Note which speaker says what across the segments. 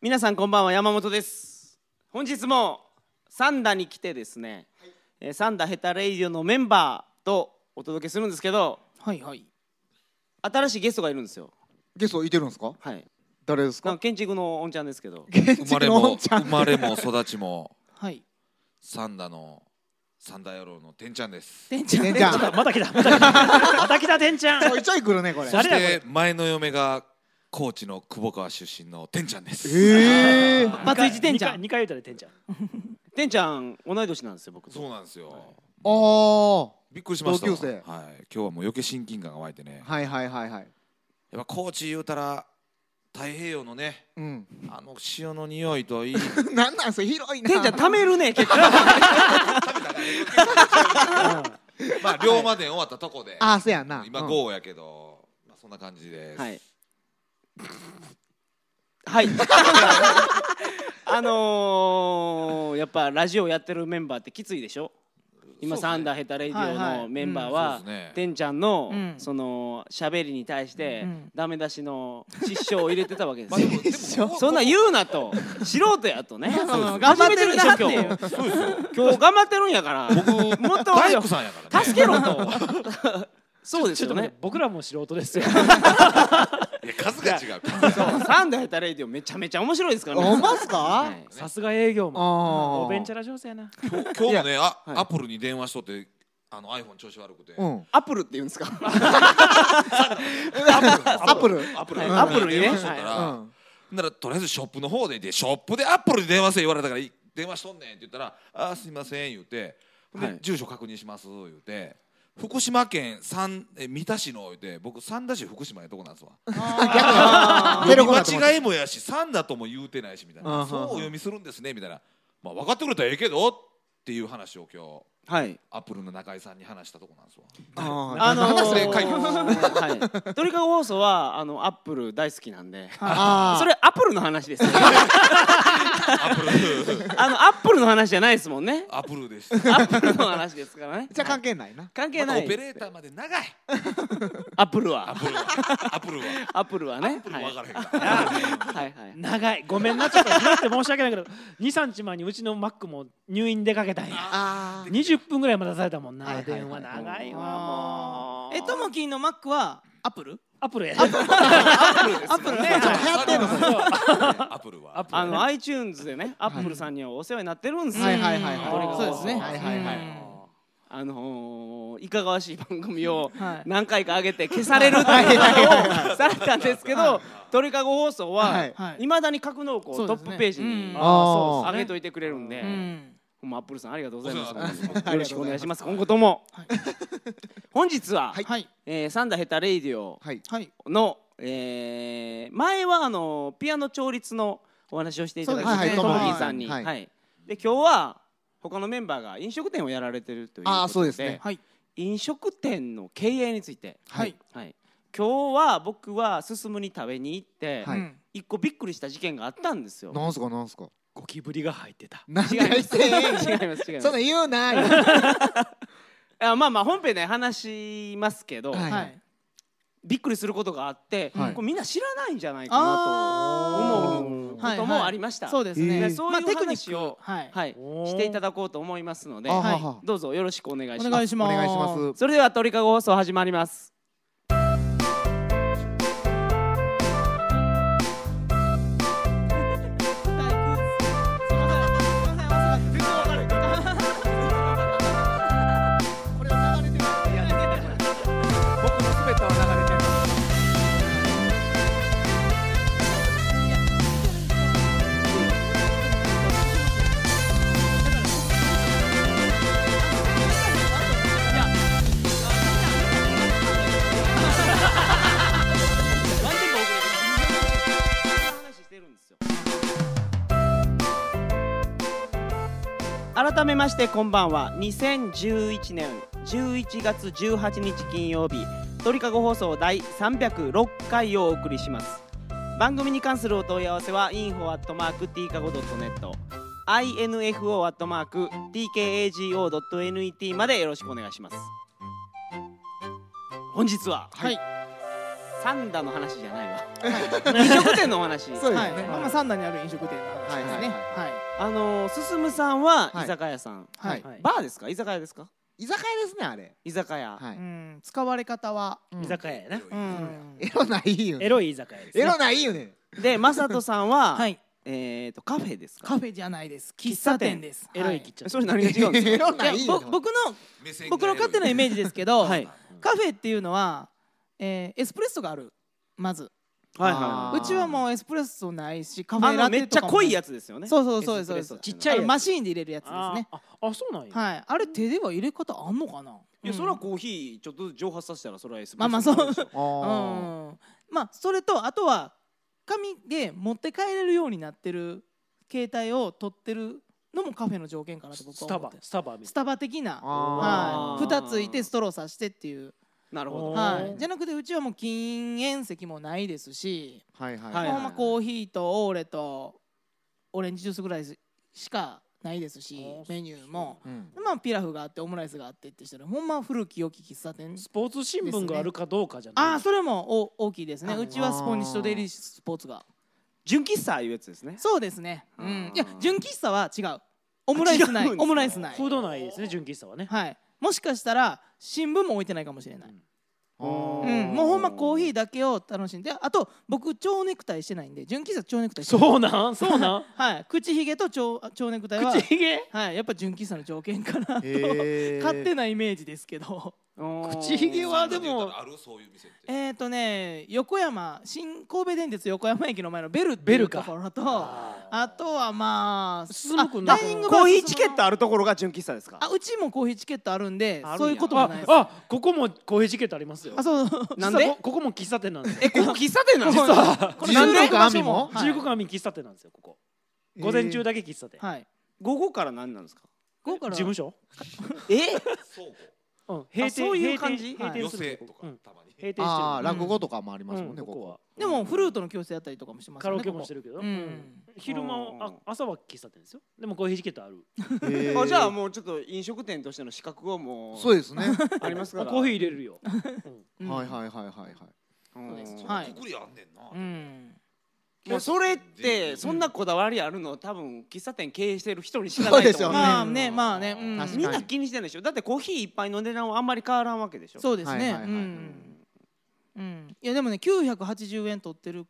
Speaker 1: 皆さんこんばんは山本です本日もサンダに来てですね、えーサンダヘタレイディオのメンバーとお届けするんですけど
Speaker 2: はいはい。
Speaker 1: 新しいゲストがいるんですよ
Speaker 3: ゲストいてるんですか
Speaker 1: はい
Speaker 3: 誰です
Speaker 1: なんか
Speaker 3: か
Speaker 1: 建築のおんちゃんですけど
Speaker 3: 生
Speaker 4: 生まれも生まれも育ちも
Speaker 2: はい。
Speaker 4: サンダのサンダ野郎のてんちゃんです。
Speaker 2: てんちゃん。
Speaker 3: てんちゃん
Speaker 2: ちょっとまた来た。また来た。また来たてんちゃん。
Speaker 3: ちょいちょい来るねこれ
Speaker 4: そ
Speaker 2: 誰
Speaker 4: し
Speaker 2: だこれ
Speaker 4: て前の嫁が高知の久保川出身のてんちゃんです。
Speaker 3: ええー、
Speaker 2: バツイチてんちゃん。
Speaker 5: 二回二回言うたらてんちゃん
Speaker 1: てんちゃん同い年なんですよ僕と
Speaker 4: そうなんですよ。
Speaker 3: あ
Speaker 4: びっくりしましたわ。
Speaker 3: 同級生
Speaker 4: はい。今日はもう余計親近感が湧いてね。
Speaker 3: あはいはいはいはい
Speaker 4: やっぱ高知言うたら太平洋のね
Speaker 3: うん
Speaker 4: あの潮の匂いといい。
Speaker 3: なんなんそれ広いな
Speaker 1: てんちゃん貯めるね結構
Speaker 4: まあ龍馬伝終わったとこで。
Speaker 3: ああそうやんな
Speaker 4: 今
Speaker 3: うん
Speaker 4: 豪雨やけど、まあそんな感じです。
Speaker 1: はい はい あのー、やっぱラジオやってるメンバーってきついでしょ今、サンダーヘタレイデ
Speaker 2: は
Speaker 1: ィ
Speaker 2: い
Speaker 1: オ
Speaker 2: は
Speaker 1: の
Speaker 2: い
Speaker 1: メンバー
Speaker 4: う
Speaker 1: は
Speaker 4: んそうですね
Speaker 1: てんちゃんの
Speaker 2: うん
Speaker 1: その喋りに対して
Speaker 2: うん
Speaker 1: ダメ出しの失笑を入れてたわけで
Speaker 4: ますあで
Speaker 1: よ
Speaker 4: もでも
Speaker 1: そんなん言うなと素人やとね
Speaker 2: まあまあ
Speaker 1: 頑張ってるでしょ今
Speaker 2: 頑張ってるな
Speaker 1: 日
Speaker 4: そうですよ。
Speaker 1: 今日頑張ってるんやから
Speaker 4: 僕
Speaker 1: もっと
Speaker 4: 大工さんやからね。
Speaker 1: 助けろとそうです
Speaker 5: ちょっ
Speaker 1: よ
Speaker 5: とね
Speaker 1: ね
Speaker 5: 僕らも素人ですよ
Speaker 4: いや数が違う。数が違う
Speaker 1: サンダーヘタレイディオめちゃめちゃ面白いですから
Speaker 3: ほん
Speaker 1: ね
Speaker 3: まっすか、
Speaker 1: はい
Speaker 5: さすが営業マン
Speaker 3: ああ
Speaker 5: おべんちゃら上手やな
Speaker 4: 今日今日もねあ、
Speaker 1: はい
Speaker 4: アップルに電話しとってあの iPhone 調子悪くて、
Speaker 3: うん
Speaker 1: アップルって言うんですか
Speaker 3: アップル
Speaker 4: アップル、
Speaker 1: はい
Speaker 4: アップルに
Speaker 1: アップルにね
Speaker 4: 電話しとったら、ならとりあえずショップの方ででショップでアップルに電話せ言われたからい電話しとんねんって言ったら「あーすいません」言うて「ほんで
Speaker 1: はい
Speaker 4: 住所確認します」言うて。福島県三え三田市の言うて僕三田市福島やとこなんですわ
Speaker 3: テレコだと思っ
Speaker 4: 間違いもやし三田とも言うてないしみたい
Speaker 3: あ
Speaker 4: な
Speaker 3: ー
Speaker 4: そう
Speaker 3: はー
Speaker 4: お
Speaker 3: はー
Speaker 4: 読みするんですねみたいなまあ分かってくれたらええけどっていう話を今日
Speaker 1: はい
Speaker 4: アップルの中井さんに話したとこなんですわ
Speaker 3: あ
Speaker 1: あ
Speaker 3: あ
Speaker 1: の
Speaker 4: 話で解決
Speaker 1: はい、鳥かご放送はあのアップル大好きなんで、
Speaker 3: あー
Speaker 1: それアップルの話ですよ。
Speaker 4: アップル
Speaker 1: あのアップルの話じゃないですもんね。
Speaker 4: アップルでした
Speaker 1: アップルの話ですからね。
Speaker 3: じゃあ関係ないな
Speaker 1: 関係
Speaker 4: ま
Speaker 1: な
Speaker 4: たオ
Speaker 1: い
Speaker 4: ペ。レーターまで長い
Speaker 1: アップル
Speaker 4: ア
Speaker 1: は
Speaker 4: ッ、プルはアップルは
Speaker 1: アップルはね。
Speaker 4: 分
Speaker 1: はい
Speaker 4: からへんから
Speaker 1: はいはい。
Speaker 5: 長いごめんなちょっとなって申し訳ないけど二三日前にうちのマックも入院出かけたんや
Speaker 3: あ
Speaker 5: 二十分ぐらい待たされたもん
Speaker 3: はい
Speaker 5: な
Speaker 3: はいはい
Speaker 5: 電話長いわもう
Speaker 2: えともきんのマックはアップル？
Speaker 5: アップルや
Speaker 2: アップルね。
Speaker 3: ちょっと流行ってんのそれ
Speaker 4: アップルは
Speaker 5: アップ
Speaker 1: あ
Speaker 5: ル
Speaker 1: の
Speaker 5: ね
Speaker 1: iTunes でね、アップルさんにはお世話になってるんですよ。
Speaker 3: はいはいはい
Speaker 1: 鳥かご
Speaker 3: はい
Speaker 1: 放送
Speaker 2: そうですね
Speaker 3: はいはいはい
Speaker 2: うん
Speaker 1: あのーいかがわしい番組を
Speaker 2: はい
Speaker 1: 何回か上げて消されるっていうことをされたんですけど鳥かご放送
Speaker 3: は
Speaker 1: はい
Speaker 2: はい
Speaker 1: いまだに格納庫をトップページに
Speaker 2: うん
Speaker 3: あ
Speaker 1: 上
Speaker 3: ー
Speaker 1: げといてくれるんで
Speaker 2: うん。
Speaker 1: ほんまアップルさんありがとうござい
Speaker 4: お世話になっ
Speaker 1: ます
Speaker 4: てま
Speaker 1: よろしくお願いします今後とも 本日は
Speaker 3: はい
Speaker 2: はい
Speaker 1: えーサンダーヘタレイディオ
Speaker 3: はい
Speaker 2: はい。
Speaker 1: のえー前はあのピアノ調律のお話をしていただき
Speaker 2: そう
Speaker 1: まし
Speaker 2: ですね
Speaker 1: たトモキンさんに
Speaker 3: はい
Speaker 1: はいで今日は他のメンバーが飲食店をやられてるということ
Speaker 3: あーそうですね
Speaker 2: はい
Speaker 1: 飲食店の経営について、
Speaker 2: はい
Speaker 1: はい、今日は僕は進むに食べに行って、
Speaker 3: はい
Speaker 2: うん
Speaker 1: 一個びっくりした事件があったんですよ。
Speaker 3: なんすかなんすか
Speaker 5: ゴキブリが入ってた
Speaker 3: なんで
Speaker 1: 違います違います違います
Speaker 3: そんなん言うな
Speaker 1: あまあまあ本編で話しますけど、
Speaker 3: はい
Speaker 2: はい。
Speaker 1: びっくりすることがあって、
Speaker 3: はい
Speaker 1: これみんな知らないんじゃないかな
Speaker 2: あ
Speaker 1: と思うこ
Speaker 2: はい
Speaker 1: ともありました。
Speaker 2: あ。そう
Speaker 1: で
Speaker 2: ですね。
Speaker 3: えー
Speaker 1: そう
Speaker 2: まあ
Speaker 1: いう
Speaker 2: テクニ
Speaker 1: 話
Speaker 2: ック
Speaker 1: を、
Speaker 2: はい。
Speaker 1: はい、
Speaker 4: おー
Speaker 1: していただこうと思いますので
Speaker 3: あ、は
Speaker 2: はい
Speaker 3: は
Speaker 1: どうぞよろしくお願いし
Speaker 2: お
Speaker 1: ま
Speaker 2: 願
Speaker 1: す。
Speaker 2: いし
Speaker 3: お
Speaker 2: ます。
Speaker 3: 願いします
Speaker 1: それでは鳥かご放送始まります。ワンテンポ遅れてる話してるんですよ改めましてこんばんは2011年11月18日金曜日鳥かご放送第306回をお送りします番組に関するお問い合わせは info.tkago.net info.tkago.net までよろしくお願いします本日は
Speaker 2: はい。
Speaker 1: サンダの話じゃないわ飲食店のお話
Speaker 3: そうです
Speaker 2: はい
Speaker 3: ね。
Speaker 2: まあ三段にある飲食店の話ですね。はい。
Speaker 1: あのー進さんは
Speaker 3: はい
Speaker 1: 居酒屋さん、
Speaker 3: はい。
Speaker 5: はい
Speaker 1: バーですか居酒屋ですか
Speaker 3: 居酒屋ですねあれ。
Speaker 1: 居酒屋、
Speaker 3: は
Speaker 2: う
Speaker 3: い。
Speaker 2: ん使われ方は。
Speaker 3: うん
Speaker 5: 居酒屋やな。
Speaker 2: うん。
Speaker 3: エロないよね。
Speaker 5: エロい居酒屋です、
Speaker 3: エ
Speaker 5: ね。
Speaker 3: ロないよね。
Speaker 1: でマサトさんは、
Speaker 2: はい。
Speaker 1: えー、とカフェですか
Speaker 2: カフェじゃないです。喫茶店です。
Speaker 5: エロい
Speaker 2: は
Speaker 5: 切っ
Speaker 2: い
Speaker 5: ちゃった。
Speaker 1: それ何が違うんですか
Speaker 3: エロ
Speaker 2: い
Speaker 3: な
Speaker 2: や
Speaker 3: いよ
Speaker 2: ぼ
Speaker 3: ね。
Speaker 2: 僕の
Speaker 4: 目線が
Speaker 2: 僕の勝手なイメージですけど、
Speaker 1: はい
Speaker 2: カフェっていうのは、えーエスプレッソがあるまず
Speaker 1: はい
Speaker 3: あー
Speaker 1: は
Speaker 2: うち はもうエスプレッソないしカ
Speaker 1: い
Speaker 2: フ
Speaker 1: はいあ
Speaker 2: ェラ
Speaker 1: のめ
Speaker 2: テ
Speaker 1: っ
Speaker 2: と
Speaker 1: ちゃ
Speaker 2: かも
Speaker 1: 濃いやつですよね
Speaker 2: そうそうそうですそうで
Speaker 1: エ
Speaker 2: す
Speaker 1: スプレッソ
Speaker 5: ちっちゃいやつ
Speaker 2: あのマシーンで入れるやつです
Speaker 5: あー
Speaker 2: ね
Speaker 5: ああそうなんや。
Speaker 2: はいあれ手では入れ方あんのかない
Speaker 1: やそれはコーヒーちょっとずつ蒸発させたらそれは S
Speaker 2: まあまあそうう
Speaker 3: あ
Speaker 2: んまあそれとあとは紙で持って帰れるようになってる携帯を取ってるのもカフェの条件かなと僕
Speaker 5: ス
Speaker 2: は
Speaker 5: タ
Speaker 2: 思
Speaker 5: バ
Speaker 2: って
Speaker 5: スタバみ
Speaker 2: ス
Speaker 5: たい
Speaker 2: タバ的な
Speaker 3: あ
Speaker 1: あ
Speaker 2: は
Speaker 1: ー
Speaker 2: い蓋ついてストローさしてっていう
Speaker 1: なるほど
Speaker 5: おー
Speaker 2: はい、じゃなくてうちはもう禁煙席もないですし、
Speaker 3: ー。はいはい
Speaker 1: は
Speaker 3: はいい。
Speaker 2: ほんまコーヒーとオーレとオレンジジュースぐらいしかないですし
Speaker 5: あー
Speaker 2: メニューも、
Speaker 3: うん
Speaker 2: まあ、ピラフがあってオムライスがあってってしてるほんま古き良き喫茶店
Speaker 5: な。スポーツ新聞があるかどうかじゃない。
Speaker 2: ああそれもお大きいですね
Speaker 1: あ
Speaker 2: うちはスポニチとデイリースポーツが
Speaker 1: 純喫茶いうやつですね
Speaker 2: そうですね、う
Speaker 1: うん
Speaker 2: ん、いや純喫茶は違うオムライスな
Speaker 1: あ違うんで
Speaker 2: い
Speaker 1: すか
Speaker 2: オムライスない
Speaker 5: フードないですね純喫茶はね。
Speaker 2: はいもしかしたら新聞も置いてないかもしれない
Speaker 3: あー
Speaker 2: うん、もうほんまコーヒーだけを楽しんであと僕蝶ネクタイしてないんで純喫茶蝶ネクタイしてない
Speaker 5: そうなんそうなん。
Speaker 2: はい口ひげと蝶あ蝶ネクタイは
Speaker 5: 口ひげ。
Speaker 2: はい、やっぱ純喫茶の条件かなと
Speaker 3: へー
Speaker 2: 勝手なイメージですけど
Speaker 1: 口
Speaker 5: 口ひげはで
Speaker 4: で
Speaker 5: も
Speaker 4: もあるそういう店って
Speaker 2: えっとね横山新神戸電鉄横山駅の前のベルって
Speaker 5: ベ
Speaker 2: い
Speaker 5: ル
Speaker 2: う
Speaker 5: か
Speaker 2: ところとあとはまあ
Speaker 5: 進むくん
Speaker 2: あ
Speaker 5: の
Speaker 2: ダイニングバ
Speaker 1: コーヒー
Speaker 2: 進む
Speaker 1: チケットあるところが純喫茶ですか
Speaker 2: あうちもコーヒーチケットあるんで
Speaker 1: あるんや
Speaker 2: そういうこともない
Speaker 5: あ
Speaker 2: ですあ
Speaker 5: あここもコーヒーチケットありますよ。
Speaker 2: そう
Speaker 1: なんで
Speaker 5: 実はこここも喫茶店なん ですよ。
Speaker 1: えここ喫茶店なんですか
Speaker 2: こ
Speaker 3: 自
Speaker 2: れ
Speaker 3: 由
Speaker 2: 収録
Speaker 3: が
Speaker 2: 場
Speaker 3: 網
Speaker 2: 所
Speaker 3: も
Speaker 2: はい
Speaker 5: 十五間喫茶店なんですよここ。午前中だけ喫茶店。
Speaker 2: はい
Speaker 1: 午後から何なんですか
Speaker 2: 午後
Speaker 5: 事
Speaker 2: から
Speaker 5: 務所。
Speaker 1: え
Speaker 4: 倉庫
Speaker 5: うん閉店
Speaker 1: そういう感じ
Speaker 5: 閉店
Speaker 4: 寄
Speaker 5: 閉店する
Speaker 4: せ
Speaker 5: と
Speaker 4: と
Speaker 5: こ
Speaker 4: か
Speaker 5: うん
Speaker 4: たまに
Speaker 5: 閉店してるとこ。
Speaker 3: ああ
Speaker 2: ら
Speaker 3: 落語とかもありますも
Speaker 5: うんん
Speaker 3: ね
Speaker 5: こ
Speaker 3: ここ
Speaker 5: こ
Speaker 2: でもフルートの教室やったりとかもしてま
Speaker 5: は
Speaker 2: す
Speaker 5: カ
Speaker 2: よ
Speaker 5: ラ
Speaker 2: ね
Speaker 5: オケも
Speaker 2: ここ
Speaker 5: してるけど。
Speaker 2: う
Speaker 5: うん
Speaker 2: ん
Speaker 5: 昼間はあ朝は喫茶店ですよ。でもコーヒーチケットある。
Speaker 3: へー
Speaker 1: あじゃあもうちょっと飲食店としての資格をもう
Speaker 3: そうですねは
Speaker 1: ありますから
Speaker 5: コーヒー入れるよ。うん
Speaker 3: いはいはいはいはい
Speaker 1: うん
Speaker 2: そうです
Speaker 4: そん
Speaker 2: は
Speaker 4: ないくくりあんねんな
Speaker 2: うん
Speaker 1: もうそれってそんなこだわりあるの多分喫茶店経営してる人にしか
Speaker 3: そ
Speaker 1: な
Speaker 3: うで
Speaker 1: い
Speaker 3: す
Speaker 1: と
Speaker 3: よ
Speaker 1: 思う
Speaker 2: まあねまあね、うん、
Speaker 3: 確かに
Speaker 1: みんな気にしてないでしょだってコーヒー一杯の値段はあんまり変わらんわけでしょ
Speaker 2: そうです
Speaker 3: はい
Speaker 2: ね
Speaker 3: はいはい
Speaker 2: うんうんいやでもね980円取ってる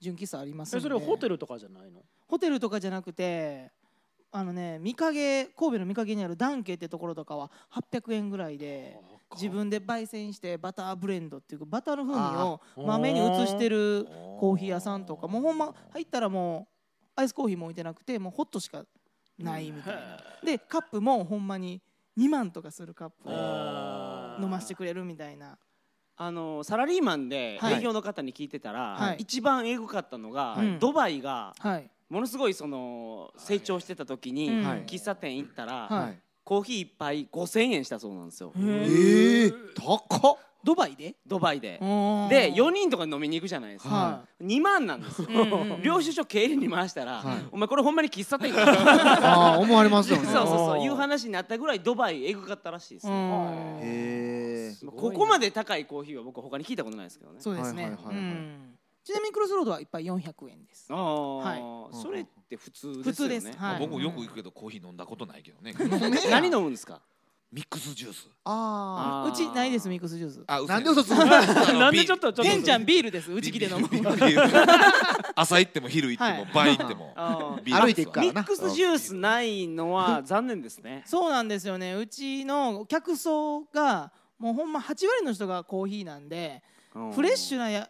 Speaker 2: 純喫茶ありますん
Speaker 5: え
Speaker 2: で
Speaker 5: それはホテルとかじゃないの？
Speaker 2: ホテルとかじゃなくてあのね御影神戸の御影にあるダンケってところとかは800円ぐらいで自分で焙煎してバターブレンドっていうかバターの風味を
Speaker 5: あー
Speaker 2: 豆に移してるコ
Speaker 4: コ
Speaker 2: ーヒー屋さんとかもうほんま入ったらもうアイスコーヒーも置いてなくてもうホットしかないみたいな、でカップもほんまに2万とかするカップを
Speaker 5: あー
Speaker 2: 飲ませてくれるみたいな
Speaker 1: あのサラリーマンで
Speaker 2: はい
Speaker 1: 営業の方に聞いてたら、
Speaker 2: はい
Speaker 1: 一番エグかったのが、
Speaker 2: はい
Speaker 1: ドバイが
Speaker 2: はい
Speaker 1: ものすごいその成長してた時に、
Speaker 2: うん
Speaker 3: はい
Speaker 1: 喫茶店行ったら、
Speaker 2: は
Speaker 3: はいい
Speaker 1: コーヒー一杯5000円したそうなんですよ
Speaker 3: ええ高っ
Speaker 2: ドバイで
Speaker 1: ドバイで。で
Speaker 2: で
Speaker 1: 4人とか飲みに行くじゃないですか、
Speaker 2: は
Speaker 1: 2万なんですよ
Speaker 2: い、うんうん
Speaker 1: 領収書経理に回したら、
Speaker 3: はい
Speaker 1: お前これほんまに喫茶店か
Speaker 3: ああ思われます
Speaker 1: そう
Speaker 3: よ
Speaker 1: そう
Speaker 3: ね
Speaker 1: そういう話になったぐらいドバイエグかったらしいです
Speaker 2: う
Speaker 1: よ、
Speaker 2: ん
Speaker 3: へえ
Speaker 1: まあここまで高いコーヒーは僕は他に聞いたことないですけどね
Speaker 2: そうです
Speaker 3: はい
Speaker 2: ね
Speaker 3: はいはいはい
Speaker 2: うんちなみにクロスロードは一杯400円です
Speaker 1: ああ、
Speaker 3: はい
Speaker 1: それって普通ですよね
Speaker 2: 普通ですはい
Speaker 4: まあ僕もよく行くけどコーヒー飲んだことないけどね
Speaker 1: 何飲むんですか
Speaker 4: ミックスジュース
Speaker 3: あ
Speaker 1: あ
Speaker 2: う
Speaker 1: ー
Speaker 2: ちないですミックスジュース
Speaker 4: あ
Speaker 3: あ
Speaker 4: 嘘
Speaker 3: なんで嘘つくの
Speaker 5: なんでちょっとちょっと。
Speaker 2: てんちゃんビールですうちきで飲む
Speaker 4: ビールビールビール朝行っても昼行って
Speaker 2: は
Speaker 4: も倍行っても
Speaker 1: あー
Speaker 4: ビール
Speaker 3: 歩いて行くから
Speaker 1: ミ
Speaker 3: な
Speaker 1: ックスジュースないのは残念ですね
Speaker 2: そうなんですよねうちの客層がもうほんま8割の人がコーヒーなんでフレッシュなや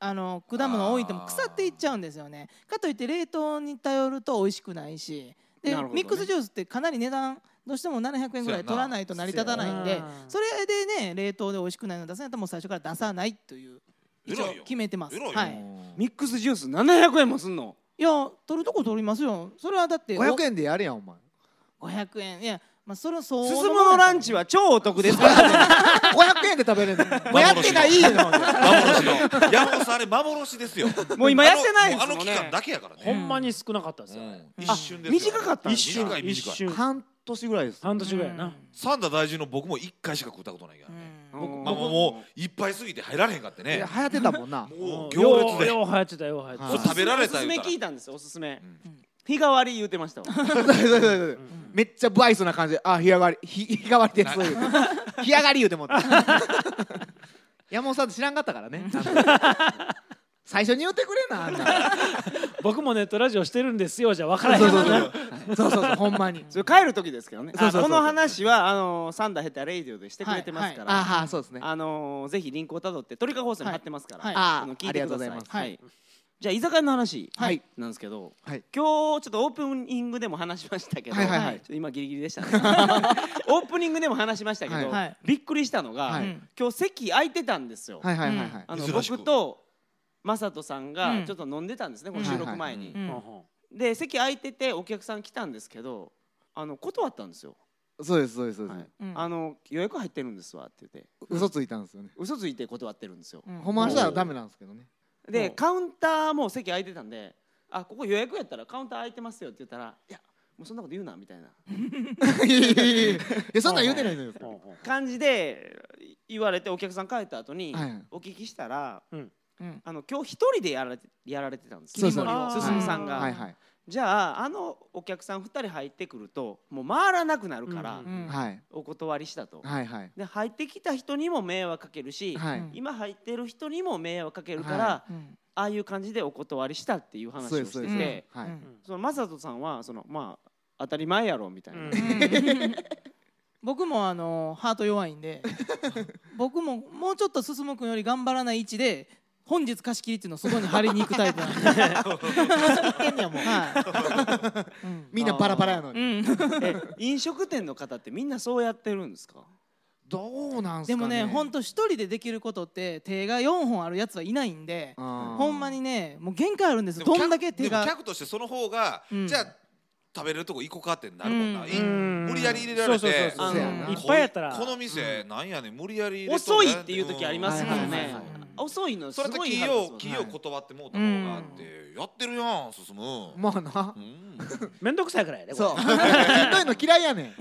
Speaker 2: あの果物多いとも腐っていっちゃうんですよねかといって冷凍に頼ると美味しくないしで、
Speaker 1: なるほどね
Speaker 2: ミックスジュースってかなり値段どうしても700円ぐらい取らないと成り立たないん
Speaker 5: そう
Speaker 2: で
Speaker 5: やな
Speaker 2: それでね冷凍で美味しくないの出せないともう最初から出さないという一応
Speaker 4: 偉いよ
Speaker 2: 決めてます
Speaker 4: 偉いよ
Speaker 2: はい、
Speaker 1: ミックスジュース700円もすんの
Speaker 2: いや取るとこ取りますよそれはだってお
Speaker 3: 500円でやれやお前
Speaker 2: 500円いやまあ、それはそう
Speaker 1: すすむのランチは超お得ですからね
Speaker 3: 500円で食べ れるの500円がいいの
Speaker 4: 幻の山本さんあれ幻ですよ
Speaker 1: もう今やってないです
Speaker 4: あの
Speaker 1: もん
Speaker 4: あの期
Speaker 1: ね
Speaker 4: 間だけやから
Speaker 5: ほ
Speaker 4: ね、
Speaker 5: んまに少なかったです
Speaker 4: う
Speaker 5: よ、ね
Speaker 4: ん一瞬ですよ
Speaker 1: 短かったんだ
Speaker 5: 一瞬
Speaker 4: 短い
Speaker 5: 一
Speaker 4: 短い
Speaker 5: 瞬
Speaker 3: 半年ぐらいです
Speaker 5: 半年ぐらいやな、
Speaker 4: サンダ大臣の僕も一回しか食ったことないから
Speaker 2: う
Speaker 4: ね、
Speaker 2: ん
Speaker 1: 僕
Speaker 4: まあもうもういっぱいすぎて入られへんかって
Speaker 3: い
Speaker 4: ね
Speaker 3: や流行ってたもんな
Speaker 4: もう行列で
Speaker 5: ようよう流行ってたよう流行って
Speaker 3: はい
Speaker 4: 食べられ
Speaker 1: お
Speaker 4: た
Speaker 1: すす
Speaker 4: 言う
Speaker 1: め
Speaker 4: たら
Speaker 1: 聞いたんですよおすすめ、
Speaker 2: ん
Speaker 1: 日替わり言うてましたわ
Speaker 3: そうそうそうそうめっちゃ不愛想な感じで「あ日替わり日日替わりです」 日上がり言うてもった山本さんって知らんかったからねちゃんと 最初に言ってくれなあんな
Speaker 5: た僕もネットラジオしてるんですよじゃ分からへん
Speaker 3: そう
Speaker 5: よ
Speaker 3: そう
Speaker 5: な
Speaker 3: そうはいそうそうそうほんまに
Speaker 1: それ帰る時ですけどね
Speaker 3: そうそうそう
Speaker 1: あこの話はあのサンダーヘッダーレイディオでしてくれてますから、
Speaker 3: あはそうですね
Speaker 1: あのーぜひリンクをたどって鳥かご放送に貼ってますから、
Speaker 2: はい
Speaker 1: あの聞いてください
Speaker 3: ありがとうございます
Speaker 1: はいじゃあ居酒屋の話
Speaker 3: はい
Speaker 1: なんですけど、
Speaker 3: はい
Speaker 1: 今日ちょっとオープニングでも話しましたけど、
Speaker 3: はいはいはい
Speaker 1: ちょっと今ギリギリでしたね オープニングでも話しましたけど、
Speaker 3: はい
Speaker 2: はい
Speaker 1: びっくりしたのが、
Speaker 3: はい
Speaker 2: うん
Speaker 1: 今日席空いてたんですよ、
Speaker 3: はいはいはいはい
Speaker 1: あの
Speaker 4: 珍しく
Speaker 1: 僕と雅人さん
Speaker 2: う
Speaker 1: が
Speaker 2: ん
Speaker 1: ちょっと飲んでたんですね、こ
Speaker 2: う
Speaker 1: の
Speaker 2: ん
Speaker 1: 収録前に、
Speaker 5: う
Speaker 2: う
Speaker 5: んんうん
Speaker 1: で席空いててお客さん来たんですけどあの断ったんですよ、
Speaker 3: そうですそうですそうで
Speaker 1: は
Speaker 3: す、
Speaker 1: い
Speaker 2: うん
Speaker 1: あの予約入ってるんですわって言って
Speaker 3: 嘘ついたんですよね
Speaker 1: 嘘ついて断ってるんですよ、
Speaker 2: うん
Speaker 3: ほんまはしたらダメなんですけどね
Speaker 1: で
Speaker 5: うん
Speaker 1: カウンターも席空いてたんで「あここ予約やったらカウンター空いてますよ」って言ったら「いやもうそんなこと言うな」みたいない
Speaker 3: やいやいやいやそんなん言うてないのよ
Speaker 5: うんうん
Speaker 1: 感じでい言われてお客さん帰った後に
Speaker 3: はい
Speaker 1: お聞きしたら
Speaker 2: うん
Speaker 1: あの今日一人でやられてやられてたんです
Speaker 3: そうそ
Speaker 1: 切り盛
Speaker 3: う
Speaker 1: りを
Speaker 5: あー
Speaker 1: 進さんが、
Speaker 3: はいはい
Speaker 1: じゃああのお客さん二人入ってくるともう回らなくなるから、
Speaker 5: うん
Speaker 2: うん
Speaker 3: はい
Speaker 1: お断りしたと、
Speaker 3: はいはい
Speaker 1: で入ってきた人にも迷惑かけるし、
Speaker 3: はい
Speaker 2: うん
Speaker 1: 今入ってる人にも迷惑かけるから、
Speaker 3: は
Speaker 2: うん
Speaker 1: ああいう感じでお断りしたっていう話
Speaker 3: そう
Speaker 1: を
Speaker 3: です
Speaker 1: し
Speaker 3: そう
Speaker 1: て
Speaker 3: で
Speaker 1: て。
Speaker 3: す
Speaker 2: うん
Speaker 3: はい
Speaker 2: うん
Speaker 1: そのマサトさんはそのまあ当たり前やろみたいな、
Speaker 5: うん
Speaker 2: 僕もあのハート弱いんで僕ももうちょっと進む君より頑張らない位置で本日貸し切りっていうのを外に張りに行くタイプなんではい、うん
Speaker 3: みんなバラバラやのに
Speaker 2: うん、
Speaker 1: え飲食店の方ってみんなそうやってるんですか
Speaker 3: どうなんす
Speaker 2: で
Speaker 3: か
Speaker 2: も
Speaker 3: ね
Speaker 2: ねほんと一人でできることって手が4本あるやつはいないんでほ
Speaker 3: ほ
Speaker 2: んまにねもう限界あるんです
Speaker 4: で
Speaker 2: よ
Speaker 4: も
Speaker 2: どんだけ手
Speaker 4: でも
Speaker 2: が
Speaker 4: 客としてその方が、
Speaker 2: うん
Speaker 4: じゃあ食べれるとこ行こうかってなるもんな、
Speaker 2: うん
Speaker 4: い無理やり入れられ
Speaker 5: そうそう
Speaker 4: て
Speaker 5: そう
Speaker 1: そう
Speaker 4: あの
Speaker 3: いっ
Speaker 5: ぱいやったら
Speaker 4: この店なんやねん無理やり入れと
Speaker 1: 遅
Speaker 4: ん
Speaker 1: い
Speaker 4: ねん
Speaker 1: っていう時ありますから
Speaker 3: うんはいはい
Speaker 1: ね
Speaker 3: はい
Speaker 1: 遅いのす
Speaker 4: それって
Speaker 1: ごい嫌
Speaker 4: 企業
Speaker 1: です
Speaker 4: 企
Speaker 1: よ
Speaker 4: 業
Speaker 1: ね
Speaker 4: 断ってもうた方があってやってるやん進む、
Speaker 3: まあな
Speaker 4: うん
Speaker 5: めんどくさいからやね
Speaker 3: そう
Speaker 5: こ
Speaker 3: しんどいの嫌いやねん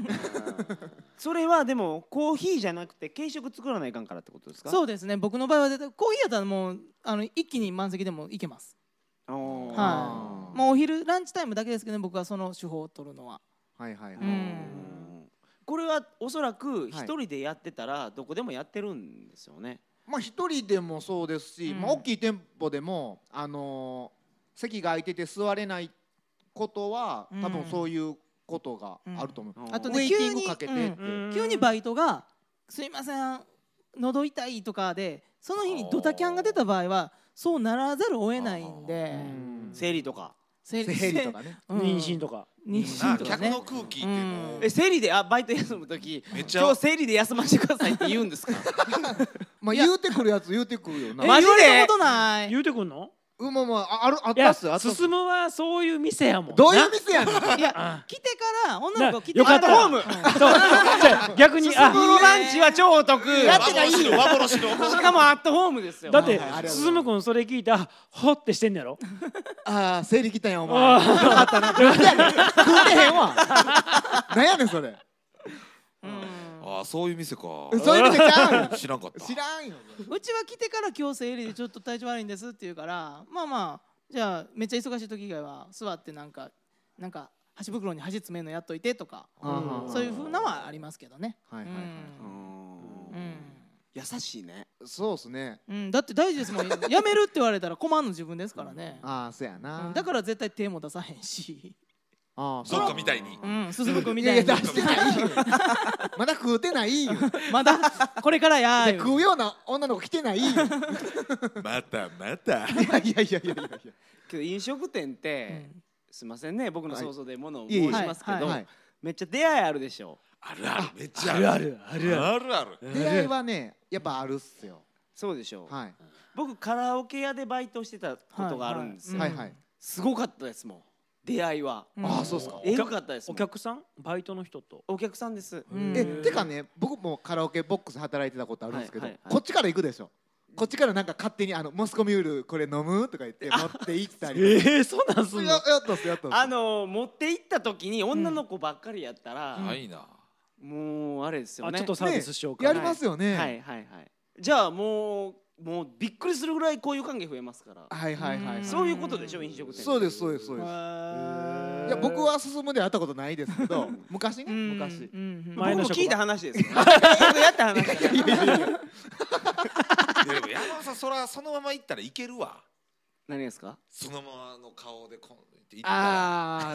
Speaker 1: それはでもコーヒーじゃなくて軽食作らないかんからってことですか
Speaker 2: そうですね僕の場合は絶対コーヒーやったらもうあの一気に満席でもいけます
Speaker 1: うはい
Speaker 2: はいもうお昼ランチタイムだけですけどね僕はその手法を取るのは
Speaker 3: はいはいはい、
Speaker 2: うん
Speaker 1: これはおそらく一人でやってたらどこでもやってるんですよね、
Speaker 3: まあ一人でもそうですし、
Speaker 2: うん
Speaker 3: まあ大きい店舗でもあのー席が空いてて座れないことは
Speaker 2: うん
Speaker 3: 多分そういうことがあると思う、
Speaker 1: うん
Speaker 2: あと
Speaker 3: ウェ
Speaker 2: ね
Speaker 3: イテ
Speaker 2: 急
Speaker 3: ィン
Speaker 2: に
Speaker 3: グかけて、
Speaker 2: うん
Speaker 5: れうん
Speaker 2: 急にバイトが「すいません喉痛い」とかでその日にドタキャンが出た場合はそうならざるを得ないん
Speaker 3: う
Speaker 2: で
Speaker 3: ん
Speaker 1: 生理とか
Speaker 2: 生
Speaker 3: 生理とかね
Speaker 2: うん
Speaker 5: 妊娠とか
Speaker 2: 妊
Speaker 4: な
Speaker 2: 娠
Speaker 4: あ
Speaker 2: とか
Speaker 4: 客の
Speaker 2: ね
Speaker 4: 空気ってもう
Speaker 1: え生理であバイト休む時
Speaker 4: めっちゃ
Speaker 1: 今日生理で休ませてくださいって言うんですか
Speaker 3: まあ言うてくるやつ言うてくるよな
Speaker 2: え
Speaker 1: マジで
Speaker 2: 言われたことない
Speaker 5: 言うてくんの
Speaker 3: うんまあまあああるあっ
Speaker 5: い
Speaker 3: た
Speaker 5: や
Speaker 3: っすよあったっす
Speaker 5: 進むはそういう店やもん
Speaker 3: どういう店やねん
Speaker 2: いや来てから女
Speaker 5: な
Speaker 2: の子来て
Speaker 5: よか
Speaker 2: か
Speaker 5: ったら
Speaker 2: ら
Speaker 5: そうじゃあ逆に
Speaker 1: 進む
Speaker 5: あ
Speaker 1: のランチは超お得
Speaker 3: やってない
Speaker 4: 幻の幻の
Speaker 1: しかもアットホームですよ
Speaker 5: だって
Speaker 3: はいはい
Speaker 5: 進むくんそれ聞いてあほってしてんねやろ
Speaker 3: ああ生理来たんやお前よ
Speaker 5: あー
Speaker 3: かったな食うてへん食うてへんわ なんやねんそれ
Speaker 2: うん
Speaker 4: ああそういう店か
Speaker 3: そういう店ちゃうよ
Speaker 4: 知らんかった
Speaker 3: 知らんよ
Speaker 2: うちは来てから今日生理でちょっと体調悪いんですって言うからまあまあじゃあめっちゃ忙しい時以外は座ってなんかなんか箸袋に箸詰めるのやっといてとか
Speaker 3: あー
Speaker 2: そういうふうなはありますけどね。
Speaker 3: はいはいはい
Speaker 1: うん
Speaker 2: う
Speaker 1: 優しいね
Speaker 3: そうっすね
Speaker 2: ん、うん、だって大事ですもんやめるって言われたら困るの自分ですからね、
Speaker 3: ああそうやな、
Speaker 2: うんだから絶対手も出さへんし、
Speaker 3: ああ
Speaker 4: どっかみたいに
Speaker 2: うん、鈴木君み
Speaker 3: い
Speaker 2: た
Speaker 3: や
Speaker 2: い
Speaker 3: いや
Speaker 2: に
Speaker 3: 出してないよまだ食うてないよ
Speaker 2: まだこれからやー
Speaker 3: 食うような女の子来てないよいや
Speaker 4: またま
Speaker 3: い
Speaker 4: た
Speaker 3: やいやいやいや
Speaker 1: けど飲食店って、
Speaker 2: うん
Speaker 1: すいませんね僕の想像でものを申
Speaker 3: いえいえ
Speaker 1: しますけ
Speaker 2: はい
Speaker 1: ど
Speaker 3: はい
Speaker 1: めっちゃ出会いあるでしょ
Speaker 4: あるあるめっちゃあるあるあるあるある
Speaker 3: 出会いはねやっぱあるっすよ
Speaker 1: そうでしょ、
Speaker 3: はい
Speaker 1: 僕カラオケ屋でバイトしてたことがあるんですよ、
Speaker 2: うん
Speaker 3: はいはい
Speaker 1: すごかったですもん出会いは
Speaker 2: うん
Speaker 3: ああそうっすか
Speaker 1: えぐかったですも
Speaker 5: お
Speaker 1: ん
Speaker 5: 客さんバイトの人と
Speaker 1: お客さんです
Speaker 2: うん
Speaker 3: えてかね僕もカラオケボックス働いてたことあるんですけど、
Speaker 1: はいはいはい
Speaker 3: こっちから行くでしょこっちからなんか勝手にあの「モスコミュールこれ飲む?」とか言って持って行ったり
Speaker 5: えー、そうなんす
Speaker 3: や
Speaker 5: ん
Speaker 3: や
Speaker 5: の
Speaker 3: ったっすやったっす
Speaker 1: あのー持って行った時に女の子ばっかりやったら、
Speaker 4: ないな
Speaker 1: もうあれですよ
Speaker 5: あ
Speaker 1: ね
Speaker 5: ちょっとサービスしようか
Speaker 3: や
Speaker 5: な、
Speaker 3: りますよね、
Speaker 1: はいはいはいじゃあもうもうびっくりするぐらいこういう関係増えますから
Speaker 3: はいはいはいはい
Speaker 1: そういうことでしょ飲食店
Speaker 3: そうですそうですそうですいや僕は進むで会ったことないですけど昔ね
Speaker 2: うん
Speaker 3: 昔
Speaker 2: うんうん
Speaker 5: 前
Speaker 1: 僕も
Speaker 5: の職場
Speaker 1: 聞いた話です僕やった話だから
Speaker 4: いやでも山本さんそらそのまま行ったらいけるわ
Speaker 1: 何ですか
Speaker 4: そのままの顔でこんって行ったら
Speaker 3: あ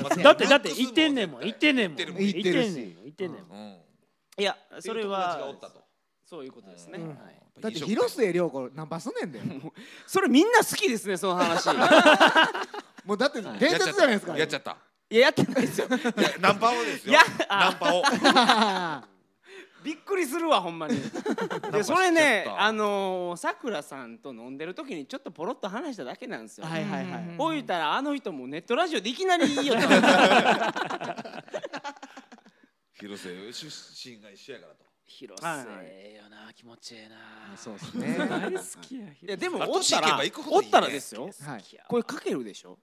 Speaker 4: ま
Speaker 3: あ
Speaker 4: た
Speaker 5: だってだって行ってんねんもん行ってんねんもん
Speaker 4: 行ってるもん
Speaker 5: 行ってんね
Speaker 3: 行ってる
Speaker 5: ん
Speaker 3: し
Speaker 5: 行ってんねんもん
Speaker 4: うん
Speaker 1: いやそれ
Speaker 4: っていう友達がお
Speaker 1: は
Speaker 4: ったと
Speaker 1: そういうことですね、
Speaker 4: うん
Speaker 1: はい
Speaker 3: だって広末涼子ナンパすんねんだよ
Speaker 1: それみんな好きですねその話 い
Speaker 3: もうだって
Speaker 4: や
Speaker 3: 伝
Speaker 4: っちゃ
Speaker 3: 説
Speaker 4: った
Speaker 3: じゃないですか
Speaker 4: やっちゃった
Speaker 1: ややってないですよ
Speaker 4: いやナンパをですよ
Speaker 1: いや
Speaker 4: ナンパを
Speaker 3: あ
Speaker 1: びっくりするわほんまに
Speaker 4: ナンパしちゃっ
Speaker 1: で
Speaker 4: た
Speaker 1: それねあのーさくらさんと飲んでる時にちょっとポロッと話しただけなんです
Speaker 3: ー
Speaker 1: よ、
Speaker 3: はいはいは
Speaker 2: う
Speaker 3: い
Speaker 2: ん
Speaker 1: こう言ったらあの人もネットラジオでいきなりいいよと
Speaker 4: 広瀬出身が一緒やからと
Speaker 1: 広
Speaker 5: は
Speaker 1: 瀬
Speaker 5: いよな気持ちええな
Speaker 3: そうですねは
Speaker 5: 大好きや
Speaker 1: いやでも
Speaker 4: まあ
Speaker 1: おった
Speaker 4: 年いけ
Speaker 1: ら
Speaker 4: ばいくほ
Speaker 1: お
Speaker 4: ど
Speaker 1: っ
Speaker 4: いいね
Speaker 1: たらですよ
Speaker 3: い
Speaker 1: これかけるでしょ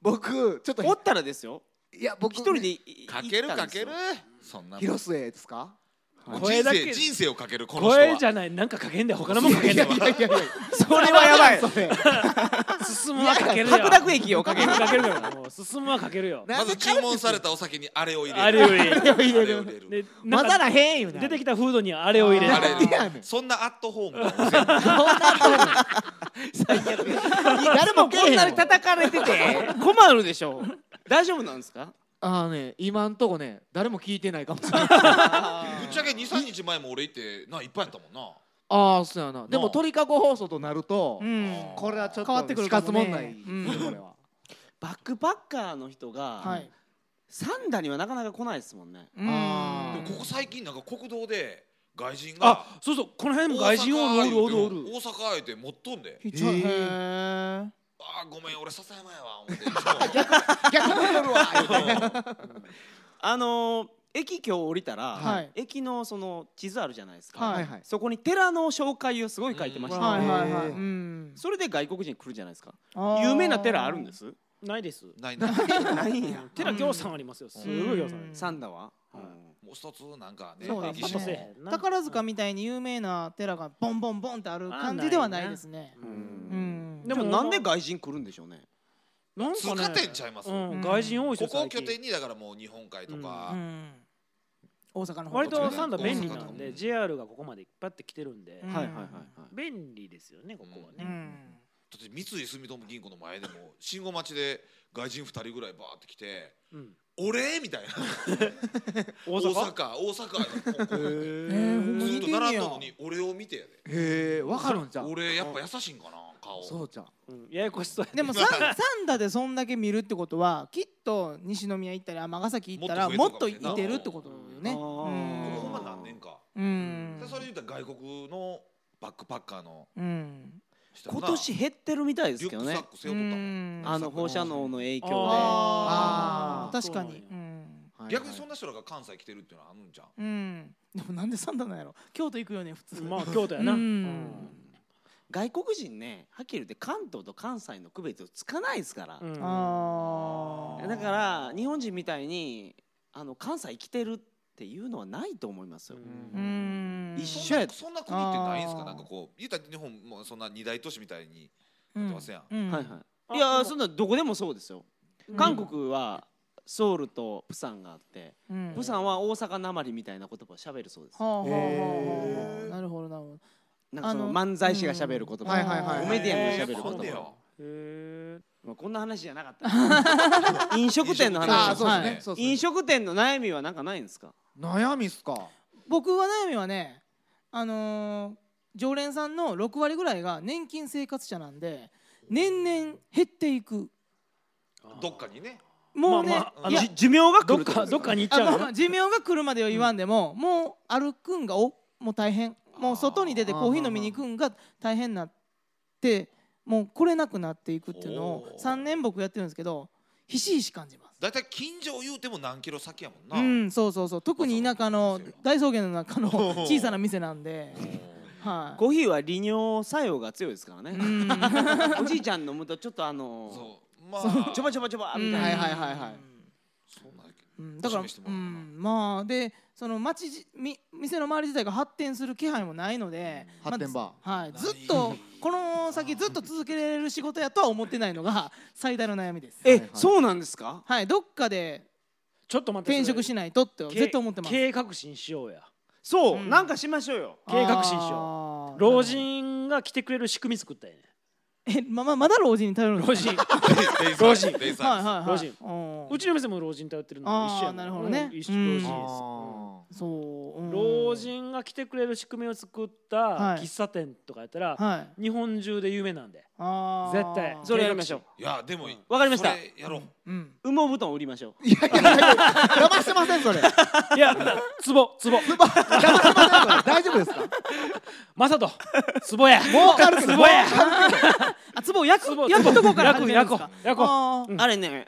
Speaker 3: 僕ちょっと
Speaker 1: おったらですよ
Speaker 3: いや僕
Speaker 1: 一人でいい
Speaker 4: かける
Speaker 1: 行った
Speaker 4: か
Speaker 1: んですよ
Speaker 4: けるそんなもん
Speaker 3: 広末ですか
Speaker 4: もう
Speaker 5: 声
Speaker 4: 人
Speaker 5: だけ
Speaker 4: 生人生をかけるこの人
Speaker 5: 声じ
Speaker 4: は
Speaker 5: ゃないなんかかけんで他のもんかけん
Speaker 3: い
Speaker 5: で
Speaker 3: やいやいやいや
Speaker 1: それはやばい
Speaker 3: それ
Speaker 5: 進むはかけるよ
Speaker 1: 白濁液をかける
Speaker 5: かけるからもう進むはかけるよ
Speaker 3: な
Speaker 4: ま
Speaker 3: んで
Speaker 4: ず注文されたお酒にあれを入れる
Speaker 5: あれを入れる
Speaker 4: あれを入れる
Speaker 5: で
Speaker 3: 混ざらへんよな
Speaker 5: 出てきたフードにあれを入れる
Speaker 3: あ
Speaker 4: あ
Speaker 3: れ
Speaker 4: れ
Speaker 3: いやねん
Speaker 4: そんなアットホームなお店
Speaker 3: 誰も
Speaker 1: こんなに
Speaker 3: た
Speaker 1: 叩かれて て困るでしょ大丈夫なんですか
Speaker 3: あのね今んとこね誰も聞いてないかもしれない
Speaker 4: ぶっちゃけ23日前も俺行ってないっぱいやったもんな
Speaker 3: ああそうやなで
Speaker 4: な
Speaker 3: も
Speaker 4: あ
Speaker 3: 鳥かご放送となると
Speaker 2: うん
Speaker 3: これはちょっと
Speaker 2: 変わってくる
Speaker 3: 死
Speaker 2: かも
Speaker 3: 活
Speaker 2: ね
Speaker 3: 問題ですよこれは
Speaker 1: バックパッカーの人
Speaker 2: は
Speaker 1: が
Speaker 2: い
Speaker 1: サンダにはなかなか来ないですもんね
Speaker 2: うん
Speaker 3: あ
Speaker 4: でも
Speaker 3: ー
Speaker 4: ここ最近なんか国道で外人が
Speaker 5: あそうそうこの辺も外人おるおるおるおる
Speaker 4: 大阪言うて持っとんで
Speaker 2: ひちゃ
Speaker 3: へー
Speaker 2: へー
Speaker 4: あーごめん俺笹山やわ思っていつも
Speaker 3: 逆に言うわ
Speaker 1: あのー駅今日降りたら、
Speaker 2: はい
Speaker 1: 駅のその地図あるじゃないですか、
Speaker 2: はい
Speaker 3: はいはい
Speaker 1: そこに寺の紹介をすごい書いてました、
Speaker 2: はいはいはい
Speaker 3: へー
Speaker 2: うん
Speaker 1: それで外国人来るじゃないですか
Speaker 2: あー
Speaker 1: 有名な寺あるんです
Speaker 5: ないです
Speaker 4: ないな
Speaker 1: ないんや
Speaker 5: 寺行さんありますよすごい行さん
Speaker 2: うん
Speaker 1: サンダは、
Speaker 4: もう一つなんかね
Speaker 2: そうだ
Speaker 4: 歴史
Speaker 5: パッと
Speaker 4: の
Speaker 5: せえへんな
Speaker 2: 宝塚みたいに有名な寺がボンボンボンってある感じではないですね
Speaker 1: う
Speaker 2: うんん
Speaker 5: で
Speaker 1: で
Speaker 5: も
Speaker 1: もなんで外人来るんでしょうね
Speaker 5: なん
Speaker 4: 通過点ちゃいます
Speaker 5: うん
Speaker 2: うん
Speaker 5: 外人多いです
Speaker 4: こ
Speaker 5: よ
Speaker 4: こを
Speaker 5: 最
Speaker 4: 拠
Speaker 5: 近
Speaker 4: 点にだからもう日本海とか
Speaker 2: うん大阪の方
Speaker 5: 割
Speaker 4: こっ
Speaker 5: と
Speaker 4: ち
Speaker 5: サンダ便利なん
Speaker 4: う
Speaker 5: で
Speaker 4: ん
Speaker 5: JR がここまでパッて来てるんで
Speaker 2: うん
Speaker 1: はいはいはいはい
Speaker 5: 便利ですよねここは
Speaker 2: う
Speaker 5: ね
Speaker 2: ん
Speaker 4: だって三井住友銀行の前でも信号待ちで外人二人ぐらいバーって来て
Speaker 5: うん
Speaker 4: 「俺?」みたいな
Speaker 5: 大
Speaker 4: 大
Speaker 5: 阪
Speaker 4: 阪大 阪や
Speaker 2: えーほんま
Speaker 4: ず
Speaker 2: 似
Speaker 4: っと
Speaker 2: てんね
Speaker 4: 並ん
Speaker 2: や
Speaker 4: だのに俺を見てやで
Speaker 3: へえわかるんじゃん
Speaker 4: 俺やっぱ優しいんかな顔
Speaker 3: そうじゃん
Speaker 5: うんややこしそうや
Speaker 2: でもサンサンダでそんだけ見るってことはきっと西宮行ったり尼崎行ったらも
Speaker 4: も
Speaker 2: っ
Speaker 4: っ
Speaker 2: と
Speaker 4: と
Speaker 2: い
Speaker 4: 増えとるかもしれんな
Speaker 2: てるってことだ
Speaker 1: あ
Speaker 2: よ
Speaker 4: こ
Speaker 1: ー
Speaker 4: こほんま
Speaker 2: ね
Speaker 4: 何年か
Speaker 2: うん
Speaker 4: でそれで言ったら外国のバックパッカーの
Speaker 2: うん
Speaker 4: 人が
Speaker 1: 今年減ってるみたいです
Speaker 4: リュ
Speaker 1: け
Speaker 4: ッ
Speaker 1: ど
Speaker 4: クサ
Speaker 1: ね
Speaker 4: ック背負っとったもん
Speaker 1: あの放射能の影響
Speaker 3: あ
Speaker 2: あー
Speaker 5: ー
Speaker 2: 確かに
Speaker 5: そう
Speaker 4: 逆にそん
Speaker 3: な
Speaker 4: な人らが関西来てるっていうのはあるんじゃん
Speaker 2: うん、うん、でもなんでサンダなんやろ京都行くよね普通
Speaker 5: まあ京都やな
Speaker 2: うん
Speaker 5: うん
Speaker 1: で外国人ねはっきり言って関東と関西の区別をつかないですから、
Speaker 5: うん
Speaker 2: あー
Speaker 1: だから日本人みたいにあの関西生きてるっていうのはないと思いますよ、
Speaker 5: うん
Speaker 2: うん
Speaker 1: 一緒
Speaker 4: そん
Speaker 1: や
Speaker 4: なそんな国ってないんす
Speaker 2: あー
Speaker 4: かなんかこう言ったら日本もそんな二大都市みたいになってますやん
Speaker 2: うん
Speaker 1: はいはい
Speaker 5: あ
Speaker 1: いや
Speaker 5: で
Speaker 1: ー
Speaker 5: も
Speaker 1: そんなどこでもそうですよ
Speaker 2: うん
Speaker 1: 韓国はソウルとプサンがあって、
Speaker 2: うん
Speaker 1: プサンは大阪なまりみたいな言葉を喋るそうです
Speaker 2: はあはあはあはあは
Speaker 3: へ
Speaker 2: あ
Speaker 3: ー
Speaker 2: なるほどなるほど
Speaker 1: なんかそ
Speaker 2: あ
Speaker 1: の
Speaker 2: の
Speaker 1: 漫才師が喋る言葉、
Speaker 2: うん
Speaker 3: はいはいはい
Speaker 1: コメディアンが喋る
Speaker 4: えーそう
Speaker 1: 言
Speaker 4: だ
Speaker 1: 葉、
Speaker 4: よ
Speaker 5: へ
Speaker 1: まあ、こんな話じゃなかった飲食店の
Speaker 3: あ
Speaker 1: 話
Speaker 3: あそうです
Speaker 2: は
Speaker 3: ね
Speaker 2: い
Speaker 3: そうっすね
Speaker 1: 飲食店の悩みはなんかないんですか
Speaker 3: 悩みっすか
Speaker 2: 僕は悩みはねあのー常連さんの6割ぐらいが年金生活者なんで年々減っていく
Speaker 4: どっかにね
Speaker 2: もうね、
Speaker 5: まあまあ
Speaker 2: いや
Speaker 5: あの
Speaker 1: 寿命が
Speaker 5: どっかどっかに行っち
Speaker 2: あ
Speaker 5: ゃ
Speaker 2: まあ
Speaker 5: う
Speaker 2: まあ
Speaker 5: の
Speaker 2: 寿命が来るまでは言わんでも、もう歩くんがおもう大変もう外に出てコーヒー飲みに行くんが大変になってもう来れなくなっていくっていうのを
Speaker 4: ほう
Speaker 2: 3年僕やってるんですけどひしひし感じます
Speaker 4: だいたい近所言うても何キロ先やもんな、
Speaker 2: うんそうそうそう特に田舎の大草原の中の
Speaker 4: おう
Speaker 2: 小さな店なんではい
Speaker 1: コーヒーは利尿作用が強いですからね
Speaker 2: うん
Speaker 1: おじいちゃん飲むとちょっとあの
Speaker 4: そうまあ
Speaker 1: ちょぼちょぼちょぼみたいな、
Speaker 3: はいはいはいはい
Speaker 4: そうなんやけど
Speaker 2: うんだから
Speaker 4: 示しても
Speaker 2: う
Speaker 4: らうかなん
Speaker 2: まあでその町じみ店の周り自体が発展する気配もないのでまあ
Speaker 3: 発展バ
Speaker 2: はい、
Speaker 4: ない
Speaker 2: ずっとこの先ずっと続けられる仕事やとは思ってないのが最大の悩みです。
Speaker 1: え、
Speaker 3: はいはい
Speaker 1: そうなんですか
Speaker 2: はい、どっかで
Speaker 5: ちょっと待って
Speaker 2: 転職しないとって
Speaker 5: それ
Speaker 2: 絶対思ってます。
Speaker 5: 経営革新しようや
Speaker 1: そう、
Speaker 2: うん
Speaker 1: なんかしましょうよ
Speaker 5: 計画新書
Speaker 2: 書
Speaker 5: 老人が来てくれる仕組み作ったやね
Speaker 2: えまままだ老人に頼るの
Speaker 5: 老人
Speaker 4: 店員さん
Speaker 5: 老人
Speaker 4: 店員さん
Speaker 2: はいはいはい
Speaker 5: 老人
Speaker 2: うん
Speaker 5: うちの店も老人頼ってるの
Speaker 2: あー
Speaker 5: 一緒やもん
Speaker 2: なるほどね
Speaker 5: うん一緒
Speaker 2: う
Speaker 3: ー
Speaker 5: 老
Speaker 2: ん
Speaker 5: 人
Speaker 3: あ
Speaker 2: そう、うん
Speaker 5: です老人が来てくれる仕組みを作った
Speaker 2: はい
Speaker 5: 喫茶店とかやったら
Speaker 2: はい
Speaker 5: 日本中で有名なんで
Speaker 2: あー
Speaker 5: 絶対
Speaker 1: それやりましょう
Speaker 4: いやでもいい
Speaker 1: わかりました
Speaker 4: それやろう
Speaker 2: うん
Speaker 1: 羽毛布団売りましょう
Speaker 3: ーいやいやいや騙してませんそれ騙して
Speaker 5: いやツボツボ
Speaker 3: ませんそれ大丈夫ですか
Speaker 5: マサトツボや
Speaker 3: 儲かるけど
Speaker 5: ツボや
Speaker 2: あつぼ焼く
Speaker 5: 壺
Speaker 2: 焼くとこから
Speaker 5: 焼
Speaker 2: 始
Speaker 5: く
Speaker 2: めるんですか
Speaker 5: 焼く焼く
Speaker 2: あー
Speaker 1: あれね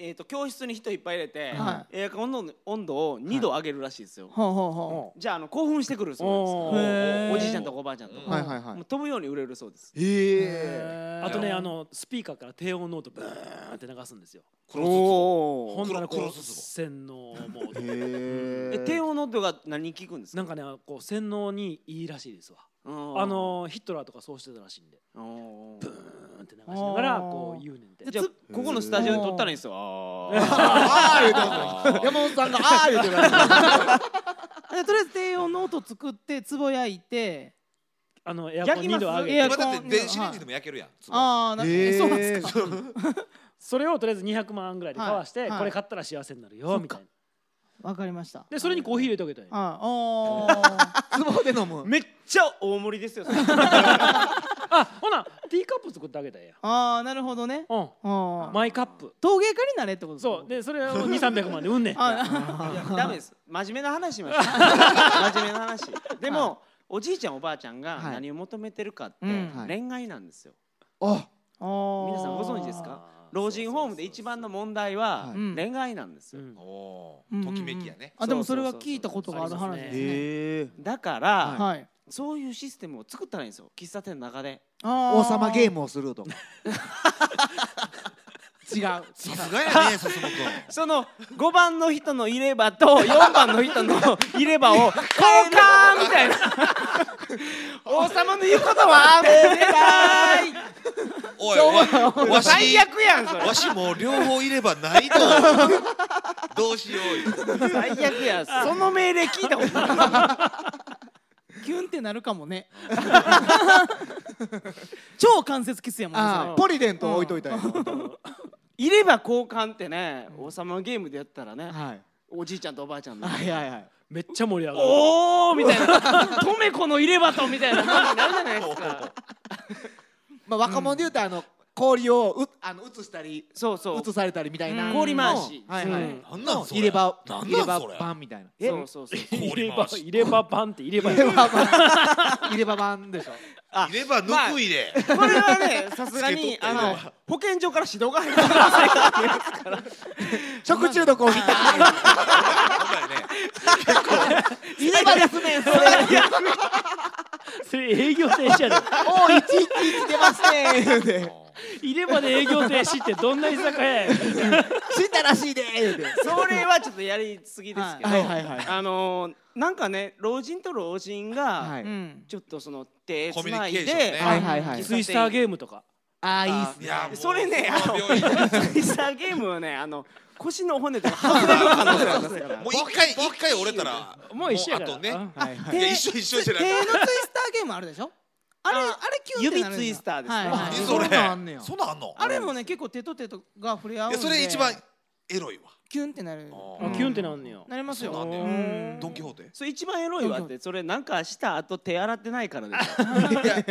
Speaker 1: えー、と教室に人いっぱい入れて、
Speaker 2: は
Speaker 1: エアコンの温度を2度上げるらしいですよ、
Speaker 2: ほうほうほ
Speaker 1: じゃああの興奮してくるそう
Speaker 5: お
Speaker 1: で
Speaker 2: ー
Speaker 1: す
Speaker 2: へー
Speaker 1: おじいちゃんとかおばあちゃんとか、
Speaker 3: はいはいはい
Speaker 1: もう飛ぶように売れるそうです
Speaker 3: へ
Speaker 2: う
Speaker 3: え
Speaker 2: へー
Speaker 5: あとねあのスピーカーから低音ノートブーンって流すんですよ
Speaker 4: 黒ずつを
Speaker 5: ほんならこ
Speaker 4: 黒
Speaker 5: の
Speaker 4: 黒すすぼ
Speaker 5: 洗脳も
Speaker 3: へ
Speaker 1: え
Speaker 3: ー
Speaker 1: 低音の音が何に効くんです
Speaker 5: な
Speaker 1: か
Speaker 5: んかねこう洗脳にいいらしいですわ
Speaker 1: うん
Speaker 5: あのヒットラーとかそうしてたらしいんで
Speaker 1: うん
Speaker 5: ブーンって流しながら
Speaker 2: あー
Speaker 5: こう言うねんて
Speaker 1: じゃあ
Speaker 2: つ
Speaker 1: ここのスタジオで撮ったらいいんですよあー
Speaker 3: あーあー言うてます
Speaker 4: あ ー
Speaker 3: 山本さんがああ言うてます
Speaker 2: う でとりあえず低温ノート作ってつぼ焼いて
Speaker 5: あのエアコ
Speaker 1: 焼き
Speaker 5: ン
Speaker 1: ま
Speaker 5: 2
Speaker 1: す
Speaker 5: 度上
Speaker 2: エ
Speaker 5: げ
Speaker 2: ア
Speaker 5: て
Speaker 2: コ
Speaker 4: 今だ
Speaker 2: ン
Speaker 4: って電子レンジでも焼けるやんつぼ
Speaker 2: ああなえそうなんですか
Speaker 3: か
Speaker 5: それをとりあえず200万ぐらいで買わして、
Speaker 2: はいはい
Speaker 5: これ買ったら幸せになる
Speaker 2: そ
Speaker 5: よ
Speaker 2: っ
Speaker 5: みた
Speaker 2: か
Speaker 5: いな
Speaker 2: わかりました
Speaker 5: でそれにコーヒー入れてあげたんや
Speaker 2: あお ー
Speaker 3: 相撲で飲む
Speaker 1: めっちゃ大盛りですよそれ
Speaker 5: あほなティーカップ作ってあげたんや
Speaker 2: あーなるほどね
Speaker 5: うん
Speaker 2: あー
Speaker 5: マイカップ
Speaker 2: 陶芸家になれってことですか
Speaker 5: そうでそれを2300万で売んねん
Speaker 2: あ
Speaker 1: いやダメです真面目な話しましょう真面目な話でも、おじいちゃんおばあちゃんが
Speaker 3: はい
Speaker 1: 何を求めてるかって、
Speaker 2: うん
Speaker 3: はい
Speaker 1: 恋愛なんですよ
Speaker 3: あ
Speaker 1: 皆
Speaker 2: 皆
Speaker 1: さんご存知ですか老人ホームで一番の問題は
Speaker 3: はい
Speaker 1: 恋愛なんですよ、
Speaker 5: うん
Speaker 4: お
Speaker 2: うん
Speaker 4: ーときめきやね
Speaker 2: あでもそれは聞いたことがある話ですね
Speaker 3: へえ
Speaker 1: だから、
Speaker 2: はい
Speaker 1: そういうシステムを作ったらいいんですよ喫茶店の中で
Speaker 2: 王
Speaker 3: 王様ゲームをするとか 違う
Speaker 4: さすがやね 進む君
Speaker 1: その5番の人の入れ歯と4番の人の入れ歯を交換みたいな王様の言うことはめでたい
Speaker 4: おいおいわし
Speaker 1: 最悪やんそれ
Speaker 4: わしもう両方いればないと どうしようよ
Speaker 1: 最悪やその命令聞いたことない
Speaker 2: キュンってなるかもね超関節キスやもんね
Speaker 3: あーポリデント置いといたよ
Speaker 1: いれば交換ってね王様のゲームでやったらね
Speaker 3: はい
Speaker 1: おじいちゃんとおばあちゃんの
Speaker 3: はいはいはい
Speaker 5: めっちゃ盛り上がる
Speaker 1: おーみたいなとめこの入れ歯とみたいな感じになるじゃないですか
Speaker 3: まあ若者で言うとあの氷をうあの移したり
Speaker 1: そうそう
Speaker 3: 移されたりみたいな
Speaker 1: 氷回し
Speaker 3: はい
Speaker 5: うん
Speaker 3: はい
Speaker 4: なんなんそれ
Speaker 3: 入れ歯
Speaker 4: なん
Speaker 3: 入れ
Speaker 4: なん
Speaker 3: 歯
Speaker 4: それ
Speaker 3: 版みたいな
Speaker 1: えそうそうそう
Speaker 5: 入れ
Speaker 4: 氷
Speaker 5: 歯
Speaker 4: 回し
Speaker 5: 入れ歯パンって入れ歯
Speaker 3: 入
Speaker 5: や
Speaker 3: れ歯版入れ歯版でしょ
Speaker 4: いればぬくいで
Speaker 1: これはねさすが
Speaker 4: つけとっ
Speaker 1: に
Speaker 4: て
Speaker 1: あの
Speaker 4: ね
Speaker 1: 保健所から指導が入る
Speaker 3: 食中毒を引いた
Speaker 4: ほんまやね
Speaker 3: 入れ歯ですねそれ
Speaker 5: それ営業停止やで
Speaker 3: おーいちいち出ますね言うて
Speaker 5: 入れ歯で営業停止ってどんな居酒屋やねん
Speaker 3: 死んだらしいで言うて
Speaker 1: それはちょっとやりすぎですけど
Speaker 3: はいはいはいはい
Speaker 1: あのーなんかね老人と老人が
Speaker 3: はい
Speaker 2: うん
Speaker 1: ちょっとその手
Speaker 4: コ
Speaker 1: つ
Speaker 4: ミュ
Speaker 1: な
Speaker 4: ニ
Speaker 1: い
Speaker 4: ケーション
Speaker 1: で
Speaker 4: ね
Speaker 3: はいはいはい
Speaker 5: ツイスターゲームとか
Speaker 3: あーいいっす
Speaker 4: いやもう
Speaker 1: それねあの
Speaker 4: 病院
Speaker 1: ツイスターゲームはねあの腰の骨とか外れる可能性ありますから
Speaker 4: もう一回一回折れたら
Speaker 5: もう一緒やから
Speaker 4: もうあとね
Speaker 5: うん
Speaker 3: はいはい
Speaker 4: いや一緒一緒じゃ
Speaker 2: 手
Speaker 4: な
Speaker 2: のツ
Speaker 4: い
Speaker 2: イスターゲームあるでしょあれあ
Speaker 1: あ
Speaker 2: れキュンってなるん
Speaker 1: 指ツイスターですね
Speaker 2: はいはい
Speaker 4: 何
Speaker 3: あ
Speaker 4: そ
Speaker 3: そ
Speaker 4: れ
Speaker 3: んなんあんねや
Speaker 4: そんなんあんの
Speaker 2: あれもね結構手と手とが触れ合うん
Speaker 4: いや
Speaker 2: で
Speaker 4: それ一番エロいわ
Speaker 2: キュンってなる
Speaker 4: あ
Speaker 5: あキュンってなんねんよ
Speaker 2: なりますよ
Speaker 4: そうなんだよ
Speaker 2: うん
Speaker 4: ドン・キホーテ
Speaker 1: それ一番エロいわってそれなんかした後手洗ってないからですよ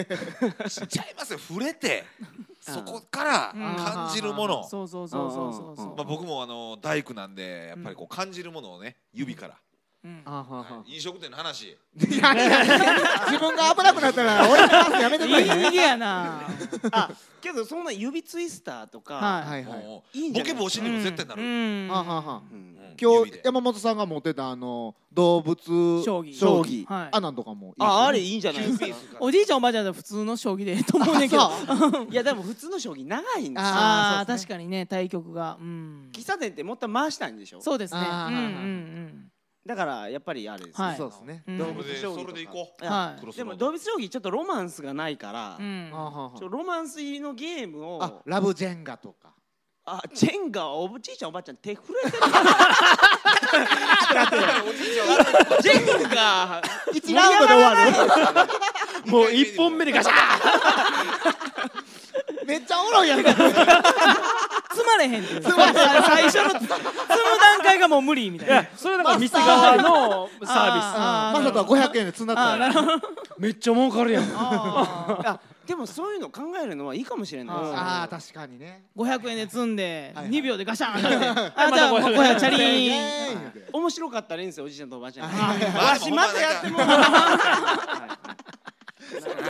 Speaker 4: しちゃいますよ触れてそこから感じるもの
Speaker 2: そうそうそうそうそう
Speaker 1: うんうんうん
Speaker 2: そう
Speaker 4: まあ僕もあの大工なんでやっぱりこう感じるものをね指から
Speaker 2: ううん
Speaker 3: あはは
Speaker 4: はい飲食店の話
Speaker 3: いやいやいや自分が危なくなったら俺のパスやめてく
Speaker 2: い
Speaker 3: れ
Speaker 2: い逃げやな
Speaker 1: あけどそんな指ツイスターとか、
Speaker 2: は
Speaker 3: はいはい
Speaker 4: もう
Speaker 1: いいんじ
Speaker 4: ボ
Speaker 1: ゃな
Speaker 4: ケ
Speaker 1: い
Speaker 4: 防止にも絶対な
Speaker 2: う
Speaker 4: る
Speaker 2: ん
Speaker 3: あはは
Speaker 1: うん
Speaker 4: うん
Speaker 3: 今
Speaker 4: 指
Speaker 3: 日
Speaker 4: で
Speaker 3: 山本さんが持ってたあの動物
Speaker 2: 将棋
Speaker 3: 将
Speaker 1: 将
Speaker 3: 棋
Speaker 1: 棋
Speaker 2: はい
Speaker 3: あなんとかもいい
Speaker 1: ああれいいんじゃないですか
Speaker 2: おじいちゃんおばあちゃんだと普通の将棋でええと思うねんけど
Speaker 3: あそう
Speaker 1: いやでも普通の将棋長いんですよ
Speaker 3: あ
Speaker 2: あ
Speaker 3: あーそう
Speaker 2: あ
Speaker 3: ですね
Speaker 2: 確かにね対局がうん
Speaker 1: 喫茶店ってもっと回したいんでしょ
Speaker 2: そうですね
Speaker 3: あ
Speaker 2: う
Speaker 3: ー
Speaker 2: んうん
Speaker 1: だからやっぱりあれですね、
Speaker 2: はい
Speaker 3: そうですね
Speaker 2: うんうん
Speaker 4: 動物
Speaker 1: で
Speaker 4: でそれで行こう
Speaker 1: いや
Speaker 2: はい
Speaker 4: クロス
Speaker 1: で
Speaker 4: ロー
Speaker 1: も
Speaker 4: ド
Speaker 1: 動物将棋ちょっとロマンスがないから、
Speaker 2: うん
Speaker 3: あはは
Speaker 1: ちょロマンス入りのゲームを
Speaker 3: あラブジェンガとか
Speaker 1: あジェンガはおじいちゃんおばあちゃん手震えてる
Speaker 4: おじいちゃんは
Speaker 1: ジェンガ
Speaker 3: 1ラウンドで終わ
Speaker 5: もう一本目でガシャー
Speaker 3: るめっちゃおもろいやんか
Speaker 2: 積まれへんっていう最初の積む段階がもう無理みたい
Speaker 5: い
Speaker 2: な
Speaker 5: やそれだから店側のサービス
Speaker 2: あー
Speaker 3: まさとは500円でつんだったら
Speaker 5: めっちゃ儲かるやん
Speaker 2: あ
Speaker 1: あでもそういうの考えるのはいいかもしれないですね
Speaker 3: ああ確かにね
Speaker 2: ー500円で積んで
Speaker 3: はい
Speaker 2: 2秒でガシャンってあじゃあもう500チャリ
Speaker 3: イ
Speaker 2: ーン
Speaker 3: エーイ
Speaker 1: 面白かったらいいんですよおじいちゃんとおばあちゃん
Speaker 3: は
Speaker 1: が
Speaker 3: い
Speaker 1: わしまたやってもう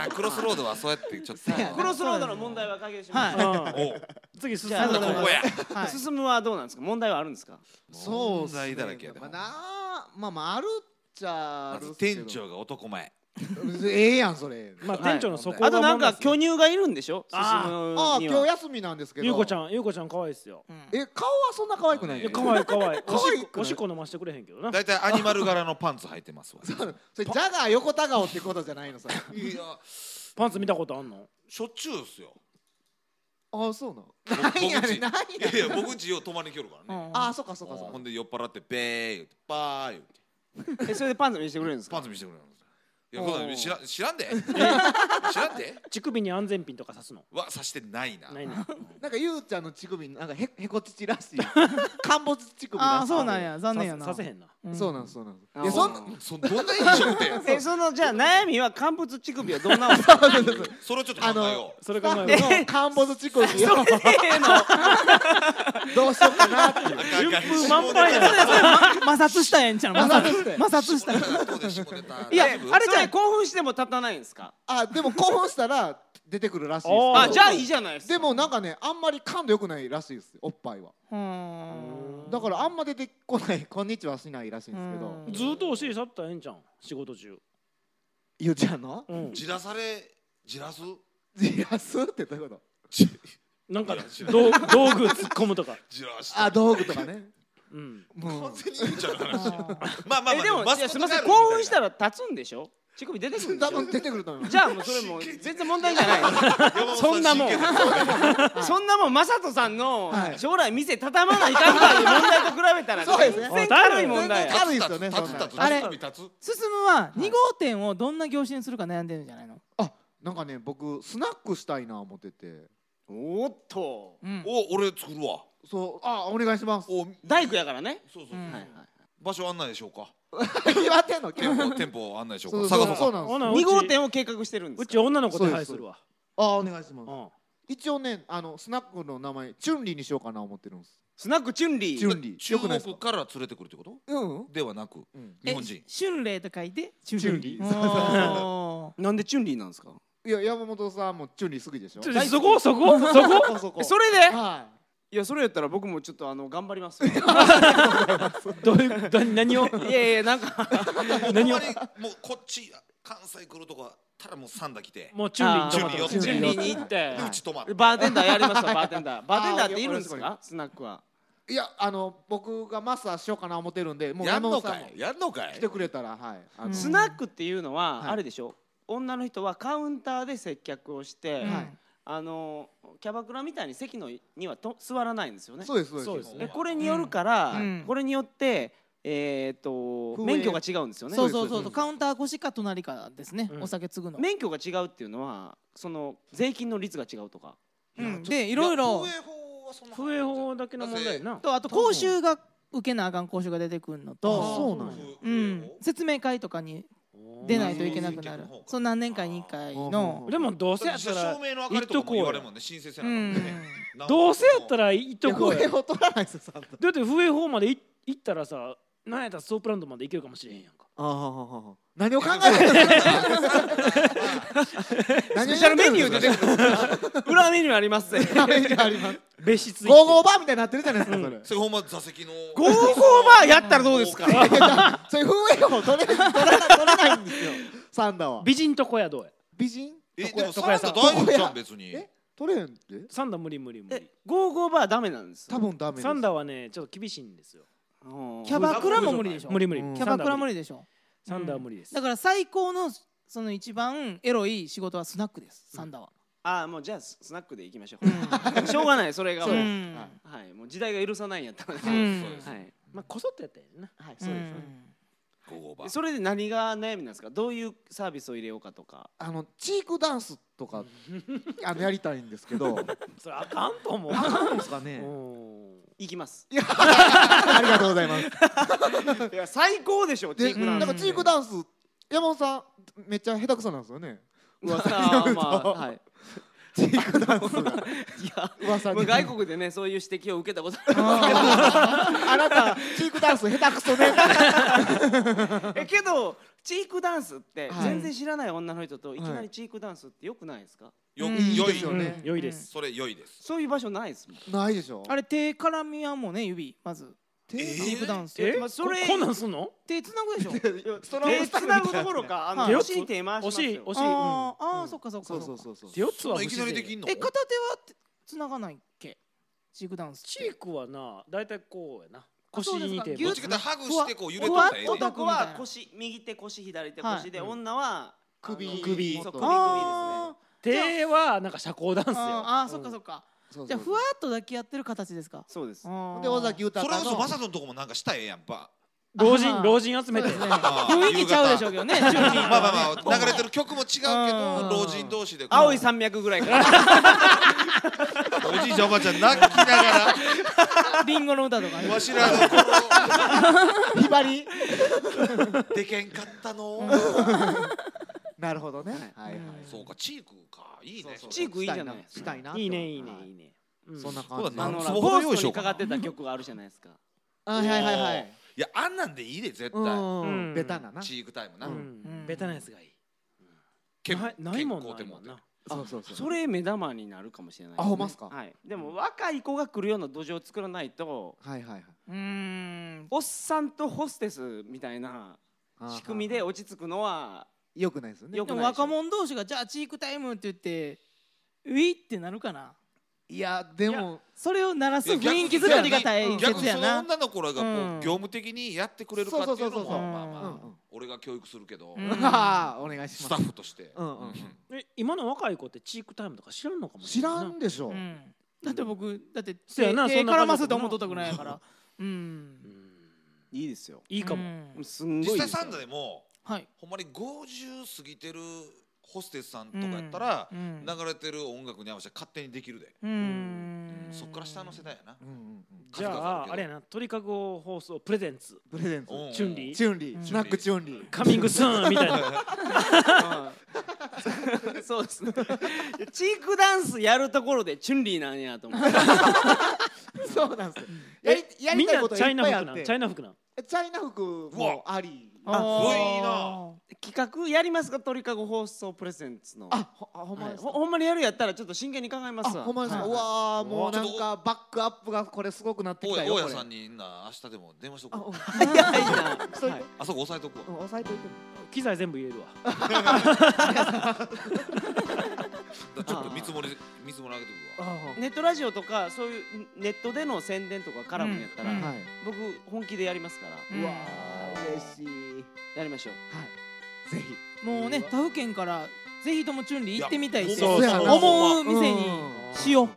Speaker 4: あクロスロードはそうやってちょっと
Speaker 1: クロスロードの問題は解決しま
Speaker 2: は
Speaker 1: し
Speaker 2: い
Speaker 1: た
Speaker 5: うん
Speaker 4: お
Speaker 5: 次進ん
Speaker 2: じゃあ
Speaker 5: だ
Speaker 4: なんだ
Speaker 5: とこ
Speaker 4: ここや
Speaker 2: はい
Speaker 1: 進むはどうなんですか問題はあるんですか
Speaker 3: そうっすね
Speaker 4: 問題だらけやで
Speaker 3: まあなあまあまああるっちゃあ
Speaker 4: ま
Speaker 3: るっ
Speaker 4: ず
Speaker 3: すけど
Speaker 4: 店長が男前
Speaker 3: ええやんそれ
Speaker 5: まあ
Speaker 1: はい
Speaker 5: 店長のそこ
Speaker 1: あとなんか
Speaker 5: 今
Speaker 1: 巨乳がいるんでしょ進む
Speaker 5: あ
Speaker 3: ああ
Speaker 1: に
Speaker 3: 今日
Speaker 1: は
Speaker 3: 休みなんですけど
Speaker 5: ゆうこち
Speaker 3: ん
Speaker 5: ゃんゆうこちゃん可愛いっすよ
Speaker 3: え顔はそんな可愛くない
Speaker 5: い
Speaker 4: え
Speaker 5: や可 愛い可愛い
Speaker 3: 可愛くない
Speaker 5: おしっこ飲ましてくれへんけどな
Speaker 4: 大体アニマル柄のパンツ履いてますわ
Speaker 3: それジャガー横田顔ってことじゃないのさ
Speaker 4: いや
Speaker 5: パンツ見たことあんの
Speaker 4: しょっちゅうっすよ
Speaker 3: ああそうなの
Speaker 4: 僕
Speaker 3: 何やね
Speaker 4: 僕
Speaker 3: ん
Speaker 4: んち
Speaker 3: 何
Speaker 4: い
Speaker 3: や
Speaker 4: や
Speaker 3: ねん
Speaker 4: いや僕んちよう泊まりに来るからね
Speaker 3: ああそっかそっかそっ
Speaker 4: ほ
Speaker 3: か
Speaker 4: んで酔っ払って「べー」言うて「ばー」言うて
Speaker 1: えそれでパンツ見せてくれるんです
Speaker 4: パ
Speaker 1: か
Speaker 4: ンツ見せてくれるんですいや
Speaker 1: おー
Speaker 4: こんなの知ら知らんで知らんで
Speaker 5: 乳首に安全ピンとか刺すの
Speaker 4: はさしてないな
Speaker 5: ないな
Speaker 3: なんかゆうちゃんの乳首なんかへへこ乳らし い陥没乳首
Speaker 2: あ
Speaker 3: ら
Speaker 2: あ
Speaker 3: しい
Speaker 2: そうなんや残念やな
Speaker 5: 刺せ刺せへんな
Speaker 2: うん
Speaker 3: そうなんですそうなんです
Speaker 1: あ
Speaker 3: いやそん な
Speaker 1: あ
Speaker 4: そどんな飲食店
Speaker 1: えそのじゃあ悩みは乾物乳首はどんなのそ
Speaker 4: それをちょっと考えよ
Speaker 5: それ考え
Speaker 3: あ
Speaker 5: る
Speaker 3: の陥没乳 首を
Speaker 1: れの
Speaker 3: どうしようかなっていう
Speaker 4: う あかんあかん
Speaker 5: 順風満帆 やな
Speaker 2: 摩擦したらええん ちゃう摩
Speaker 3: 摩擦して
Speaker 2: 擦摩擦したら
Speaker 4: どうで下ネタ
Speaker 2: いや
Speaker 4: 大丈夫
Speaker 2: あれ
Speaker 1: じゃあ興奮しても立たないんですか
Speaker 3: あでも興奮したら出てくるらしいです
Speaker 5: おー
Speaker 1: あじゃあいいじゃないですか
Speaker 3: でもなんかねあんまり感度良くないらしいですおっぱいは
Speaker 2: うーん
Speaker 3: だからあんま出てこないこんにちはしないらしいんですけど
Speaker 2: うん
Speaker 5: ずーっとお尻触ったらええんじゃん仕事中
Speaker 3: ゆうちゃんの
Speaker 5: うん
Speaker 4: じらされじらす
Speaker 3: じらすってどういうこと
Speaker 4: じ
Speaker 5: なんか
Speaker 4: いや知らん
Speaker 5: 道道具突っ込むとか
Speaker 4: じらして
Speaker 3: あ道具とかね
Speaker 5: うん
Speaker 3: もう
Speaker 4: 全然いいんちゃう話まあまあま
Speaker 1: え
Speaker 4: あ
Speaker 1: でも
Speaker 4: マ
Speaker 1: い
Speaker 4: スコ
Speaker 1: や
Speaker 4: ッ
Speaker 1: す
Speaker 4: ト
Speaker 1: みません
Speaker 4: ガールみ
Speaker 1: 興奮したたら立つんでしょ乳首出てくるんで
Speaker 3: 多
Speaker 1: しょ
Speaker 3: 分出てくると思います
Speaker 1: じゃあもうそれもう全然問題じゃない
Speaker 4: いな
Speaker 1: そんなもん
Speaker 4: 山本
Speaker 1: そんなもん正人さんの
Speaker 3: はい
Speaker 1: 将来店畳まないかんみたいな問題と比べたら
Speaker 3: そうですね
Speaker 1: 全然軽い問題
Speaker 3: 全
Speaker 1: や
Speaker 3: 然軽いですよね
Speaker 4: 神経立つ立つ立つ
Speaker 2: あれ
Speaker 4: 立つ立つ
Speaker 2: 進むは2号店をどんな業種にするか悩んでるんじゃないの
Speaker 3: あ なんかね僕スナックしたいな思ってて
Speaker 1: おっと
Speaker 2: うん
Speaker 4: お俺作るわ
Speaker 3: そうあお願いします
Speaker 4: お
Speaker 1: 大工やからね
Speaker 4: そうそうそううん場所案内でしょ うか
Speaker 3: 決ま ってんの
Speaker 4: 店
Speaker 3: 今日
Speaker 4: 舗店舗案内でしょ
Speaker 3: そうう
Speaker 4: か
Speaker 3: そう
Speaker 4: 探
Speaker 3: そ
Speaker 4: そううか
Speaker 3: なんです
Speaker 5: な
Speaker 3: よ
Speaker 5: おうち
Speaker 1: 2号店を計画してるんで
Speaker 5: う
Speaker 1: す
Speaker 5: ち
Speaker 1: か
Speaker 5: 女の子手配するわ
Speaker 3: あお願いします
Speaker 5: うん
Speaker 3: 一応ねあのスナックの名前チュンリーにしようかな思ってるんです
Speaker 1: スナックチュンリ
Speaker 3: チュ
Speaker 1: ー
Speaker 3: ンリー
Speaker 4: 中
Speaker 3: よくない
Speaker 4: 国
Speaker 3: ですか
Speaker 4: から連れてくるってこと
Speaker 3: うん
Speaker 4: ではなく
Speaker 3: うん
Speaker 4: 日本人
Speaker 2: え春麗と書いてチ
Speaker 3: ュンリー
Speaker 2: お
Speaker 1: なんでチュンリーなんですか
Speaker 3: いや山本さんもチュンリー好きでしょ
Speaker 5: ちょそこそこそこ
Speaker 3: こそこ
Speaker 1: それで
Speaker 3: はい
Speaker 1: やそれやったら僕もちょっとあの頑張りますよ
Speaker 5: どういうだ何を
Speaker 1: いやい やなんか
Speaker 5: 何を
Speaker 4: あんまりもうこっち関西来るとこあったらもうサンダ来て
Speaker 5: もうチュンリーに
Speaker 4: あー
Speaker 5: チ
Speaker 1: チ
Speaker 5: ュ
Speaker 1: ュ
Speaker 5: ン
Speaker 1: ン
Speaker 5: リ
Speaker 1: リ
Speaker 5: ー
Speaker 1: ーに行って
Speaker 4: でうち泊まって
Speaker 1: バーテンダーやりますわバーテンダー バーテンダーっているんです
Speaker 3: あよ
Speaker 1: かスナックはい
Speaker 3: やあの僕がマスターしようかな思ってるんでもう
Speaker 4: やん
Speaker 3: 山
Speaker 4: の
Speaker 3: 本
Speaker 4: か
Speaker 3: さんも
Speaker 4: いやんのか
Speaker 3: 来
Speaker 4: い
Speaker 3: てくれたらはいあの
Speaker 2: うん
Speaker 1: スナックっていうの
Speaker 3: は
Speaker 1: はいあれでしょ女の人はカウンターで接客を して
Speaker 2: うん
Speaker 1: あのキャバクラみたいに席のにはと座らないんですよね
Speaker 3: そうですそ
Speaker 5: そうう
Speaker 3: で
Speaker 5: ですす
Speaker 4: ね
Speaker 1: えこれによるから
Speaker 2: うん
Speaker 1: これによってえっと
Speaker 3: 風営
Speaker 1: 免許が違うんですよね
Speaker 2: そうそう
Speaker 3: そ
Speaker 2: そう
Speaker 3: うですそうで
Speaker 2: そ
Speaker 3: す
Speaker 2: うカウンター越しか隣かですね
Speaker 5: うん
Speaker 2: お酒継ぐの
Speaker 1: 免許が違うっていうのはその税金の率が違うとか
Speaker 2: うんでいろいろ
Speaker 4: 風営法はそんな
Speaker 5: 不衛法だけの問題やな
Speaker 2: とあと講習が受けなあかん講習が出てくるの
Speaker 3: あ
Speaker 2: と
Speaker 3: そうなんや
Speaker 2: うん説明会とかに出ないといけなくなる
Speaker 4: うん
Speaker 2: そう何年間に1回
Speaker 3: う
Speaker 2: の
Speaker 3: ん
Speaker 5: でもどうせやったら
Speaker 4: 証明の明か
Speaker 5: 言っ
Speaker 4: りと
Speaker 5: と
Speaker 4: か
Speaker 5: こ
Speaker 4: も
Speaker 5: う
Speaker 4: 言われ
Speaker 5: よ
Speaker 4: るもんね申請せ
Speaker 2: う
Speaker 4: なあかん
Speaker 2: ん
Speaker 4: もんね
Speaker 5: どうせやったら言っと
Speaker 3: こ
Speaker 5: こう
Speaker 3: れ
Speaker 5: よ
Speaker 3: を取らないですよサンタ
Speaker 5: だって不衛法までい行ったらさなんやったらソープランドまで行けるかもしれへんやんか
Speaker 3: ああああ何を考えてるん ですか
Speaker 1: スペシャルメニュー出
Speaker 3: 何をやってるんです
Speaker 1: て
Speaker 3: か
Speaker 1: くる裏メニューありますね
Speaker 3: あります
Speaker 5: 別室
Speaker 3: ゴーゴ
Speaker 5: 行っ
Speaker 3: ーバーみたいになってるじゃないですかそれ
Speaker 4: それほんま座席の
Speaker 1: ゴーゴーバーやったらどうですか
Speaker 3: そういう風営を取れ取らな取れないんですよサンダ
Speaker 5: て
Speaker 3: は
Speaker 5: 美人と小屋どうや
Speaker 3: 美人
Speaker 4: え
Speaker 3: どこ
Speaker 4: で
Speaker 3: や
Speaker 4: もサラダ
Speaker 3: こや
Speaker 4: 大丈夫じゃん別に
Speaker 3: え取れへんって
Speaker 5: サンダ無理無理無理
Speaker 1: ゴーゴーバーダメなんです
Speaker 3: 多分ダメです
Speaker 5: サンダはねちょっと厳しいんですよ
Speaker 2: キャバクラも無理でしょ
Speaker 5: 無理無理
Speaker 3: うん
Speaker 2: キャバクラ無
Speaker 5: 理
Speaker 2: 理でしょ
Speaker 5: サンダは無理です
Speaker 2: だから最高のその一番エロい仕事はスナックですサンダは、
Speaker 1: ああもうじゃあススナックで行きましょうしょうがないそれがもう
Speaker 2: う
Speaker 1: は
Speaker 2: ん
Speaker 3: はい
Speaker 1: いもう時代が許さないんやったから
Speaker 2: う
Speaker 1: は
Speaker 2: ん
Speaker 4: そうです
Speaker 1: い
Speaker 5: まあこそっとやったらいいな
Speaker 3: はいそうですね
Speaker 4: ゴーゴーバ
Speaker 1: で
Speaker 4: ー
Speaker 1: それで何が悩みなんですかどういうサービスを入れようかとか
Speaker 3: あのチークダンスとかあのやりたいんですけど
Speaker 5: それあかんと思う
Speaker 3: あかんですかね
Speaker 5: うん
Speaker 1: 行きます
Speaker 3: ありがとうございます
Speaker 1: いや最高でしょチー
Speaker 3: で
Speaker 1: ク
Speaker 2: ダ
Speaker 1: ラ
Speaker 2: ン
Speaker 1: ン
Speaker 2: ス
Speaker 3: なんかチークダンス山本さんめっちゃ下手くそなんですよね
Speaker 1: まあまあはい
Speaker 3: チークダンスが
Speaker 1: いや
Speaker 3: 噂
Speaker 1: も
Speaker 3: に
Speaker 1: う 外国でねそういう指摘を受けたことあ
Speaker 3: あなたチークダンス下手くそね
Speaker 1: るえけどチークダンスって
Speaker 3: はい
Speaker 1: 全然知らない女の人といきな
Speaker 3: は
Speaker 1: り
Speaker 3: い
Speaker 1: チークダンスってよくないですか
Speaker 4: よ
Speaker 2: うん
Speaker 3: いい
Speaker 4: 良
Speaker 3: ですよ
Speaker 4: い
Speaker 3: ね
Speaker 5: 良いです
Speaker 4: それ良いです
Speaker 1: そういう場所ないですもん
Speaker 3: ないでしょ
Speaker 2: あれ手絡みはもうね指まず
Speaker 3: 手
Speaker 4: え
Speaker 2: チークダンス
Speaker 5: え
Speaker 2: やってますそれ
Speaker 5: ここんなんすんの
Speaker 2: 手つなぐでしょ
Speaker 1: その手つなぐどころかあ
Speaker 2: はい
Speaker 1: のお尻に手回しま
Speaker 5: 惜
Speaker 1: す
Speaker 5: しい
Speaker 1: よ
Speaker 5: 惜しい
Speaker 2: あーあー、そっかそっか
Speaker 3: そうそう
Speaker 2: う
Speaker 3: そうそう
Speaker 5: 手四つ
Speaker 4: そん
Speaker 5: は
Speaker 4: なんい
Speaker 5: 不
Speaker 4: き
Speaker 5: 自
Speaker 4: な
Speaker 5: 然
Speaker 4: りできんの
Speaker 2: え片手はつながないっけチークダンスって
Speaker 5: チークはな大体こうやな
Speaker 2: あ
Speaker 5: 腰
Speaker 2: そうです
Speaker 5: に
Speaker 2: か
Speaker 5: 手
Speaker 4: ど
Speaker 2: ぎゅ
Speaker 4: っ
Speaker 2: っ
Speaker 4: ちかってハグしてこう揺れとったらええ
Speaker 2: ふわっと
Speaker 4: ね
Speaker 2: だ
Speaker 1: 男は腰右手腰左手腰で
Speaker 2: はい
Speaker 1: 女はあの
Speaker 3: 首
Speaker 1: そう首首ですね
Speaker 2: あ
Speaker 5: 手はなんか社交ダンス
Speaker 2: ー
Speaker 5: よ
Speaker 2: あーあーそっかそっか
Speaker 3: そうそう
Speaker 2: じゃあふわっと抱き合ってる形ですか
Speaker 1: そうです
Speaker 2: で
Speaker 3: で尾崎
Speaker 4: そ
Speaker 3: 豊
Speaker 4: れこそ
Speaker 3: の
Speaker 4: マサトのとこもなんかしたらええやんば
Speaker 5: 老
Speaker 2: あ
Speaker 5: 人
Speaker 2: ー
Speaker 5: 老人集めて
Speaker 2: 雰囲気ちゃうでしょうけどねチュ ーリー
Speaker 4: まあまあまあ流れてる曲も違うけど
Speaker 2: うん
Speaker 4: 老人同士でこう
Speaker 1: 青い山脈ぐらいから
Speaker 4: おじいちゃんおばあちゃん泣きなが
Speaker 2: リンゴの歌とかね
Speaker 4: らわしらの頃
Speaker 3: ひばり
Speaker 4: でけんかったの
Speaker 3: なるほどねはいはい
Speaker 4: そうかチークかいいね
Speaker 1: チークいいじゃないです
Speaker 3: し
Speaker 1: か
Speaker 3: たいな
Speaker 5: うんいいねいいねいいねうん
Speaker 3: そんな
Speaker 4: ほ
Speaker 3: 感
Speaker 4: ら
Speaker 3: じ
Speaker 1: あ
Speaker 4: なん
Speaker 1: の
Speaker 4: スマホ
Speaker 1: ゴ
Speaker 4: の
Speaker 1: ー
Speaker 4: 用意
Speaker 1: ス
Speaker 4: し
Speaker 1: ト
Speaker 4: よう
Speaker 1: に
Speaker 4: か
Speaker 1: か
Speaker 4: な
Speaker 1: かってた曲があるじゃないですか
Speaker 3: あはいはいはい
Speaker 4: いやあんなんでいいで絶
Speaker 3: う
Speaker 4: 対
Speaker 3: ん
Speaker 5: うん
Speaker 3: ベタなな
Speaker 4: チークタイムな
Speaker 5: うんベタなやつがいい
Speaker 4: けん
Speaker 5: ないないもん
Speaker 4: 健康
Speaker 5: な
Speaker 4: って
Speaker 5: 今
Speaker 4: もんね
Speaker 5: な
Speaker 3: そうそうそう
Speaker 1: それ目玉になるかもしれないですね
Speaker 3: あほんまっすか
Speaker 1: はいでも若い子が来るような土壌を作らないと
Speaker 3: はいはいはいう
Speaker 2: ーん
Speaker 1: おっさんとホステスみたいな仕組みで落ち着くのは
Speaker 3: よくないですよね
Speaker 1: よく
Speaker 2: で
Speaker 1: ない
Speaker 2: も
Speaker 1: でしょ
Speaker 2: 若者同士がじゃあチークタイムって言ってウィってなるかない
Speaker 3: やでも
Speaker 2: それを鳴らす
Speaker 4: いや
Speaker 2: 雰囲気作りが大
Speaker 4: 逆
Speaker 2: 切
Speaker 4: に
Speaker 2: や
Speaker 4: その
Speaker 2: な
Speaker 4: 女の子らがこう
Speaker 2: うん
Speaker 4: 業務的にやってくれるかっていうの
Speaker 3: そうそうそうそう
Speaker 4: もまあ
Speaker 2: うん
Speaker 4: ま
Speaker 3: う
Speaker 4: あ
Speaker 3: ん
Speaker 4: 俺が教育するけど
Speaker 2: うん
Speaker 3: お願いし
Speaker 4: ス
Speaker 3: ま
Speaker 4: タ
Speaker 3: す
Speaker 4: ッフとして
Speaker 3: うんうん
Speaker 5: え今の若い子ってチークタイムとか知らんのかもし
Speaker 3: 知
Speaker 5: れない
Speaker 3: ら
Speaker 5: なん
Speaker 3: でしょ
Speaker 2: うんだって僕だって
Speaker 5: そうや
Speaker 2: 手
Speaker 5: な
Speaker 2: 手
Speaker 5: そんな感じ
Speaker 2: 絡ませて思っとったぐらいやからう
Speaker 5: うんん
Speaker 1: いいですよ
Speaker 5: いいかも
Speaker 2: うん
Speaker 1: すんご
Speaker 4: 実
Speaker 1: い
Speaker 4: 際
Speaker 1: です
Speaker 4: サ
Speaker 1: よ
Speaker 4: ンダでも
Speaker 2: はい
Speaker 4: ほんまに50過ぎてるホステスさんとかやったら
Speaker 2: うん
Speaker 4: 流れてる音楽に合わせて勝手にできるで
Speaker 2: うん
Speaker 4: そっから下の世代やな
Speaker 3: うんうんうん
Speaker 5: じゃああれやな鳥かご放送プレゼンツ
Speaker 3: プレゼンツ
Speaker 5: チュンリー
Speaker 3: チュンリ
Speaker 2: う
Speaker 3: ー
Speaker 2: ん
Speaker 3: スナックチュンリー
Speaker 5: カミングスーンみ たいな
Speaker 1: うん そうですねチークダンスやるところでチュンリーなんやと思って
Speaker 3: そうなんですよやりやり
Speaker 5: みん
Speaker 3: たい
Speaker 5: な
Speaker 3: こと
Speaker 5: チ
Speaker 3: が
Speaker 5: ャ
Speaker 3: い
Speaker 5: イ
Speaker 3: っ
Speaker 5: ナ
Speaker 3: ぱいあ
Speaker 5: 服
Speaker 3: っ
Speaker 5: なん
Speaker 3: て
Speaker 5: チャイナ服なん
Speaker 3: チャイナ服もあり
Speaker 2: あ
Speaker 3: あ
Speaker 4: すごい
Speaker 1: 企画やりますか鳥かご放送プレゼンツの
Speaker 3: あほあほんま
Speaker 1: はい
Speaker 3: です
Speaker 1: ほ
Speaker 3: か
Speaker 1: ほんまにやるやったらちょっと真剣に考えま
Speaker 3: あ
Speaker 1: すわ
Speaker 3: ほんまです
Speaker 1: は
Speaker 3: か
Speaker 1: いう
Speaker 3: わーもう
Speaker 4: ちょ
Speaker 3: な
Speaker 4: っと
Speaker 3: んかバックアップがこれすごくなってきたよこ
Speaker 4: 大家
Speaker 3: れ
Speaker 4: さんにな明日でも電話しと
Speaker 3: あ
Speaker 4: こう
Speaker 1: いやいや
Speaker 3: そう
Speaker 1: はい
Speaker 4: あそこ押さえとくわ
Speaker 3: うん押さえといて
Speaker 5: 機材全部入れるわ
Speaker 4: だからちょっと見積もり見積もり上げてくるわ
Speaker 3: あ
Speaker 1: ネットラジオとかそういうネットでの宣伝とか絡むんやったら、
Speaker 2: うん
Speaker 3: はい
Speaker 1: 僕本気でやりますから
Speaker 2: うん
Speaker 3: うわー嬉しい
Speaker 1: やりましょう
Speaker 3: はいぜひ
Speaker 2: もうね他府県からぜひともチュンリー行ってみたいって
Speaker 4: や
Speaker 5: そうそう
Speaker 2: 思う店に
Speaker 3: うん
Speaker 2: しよ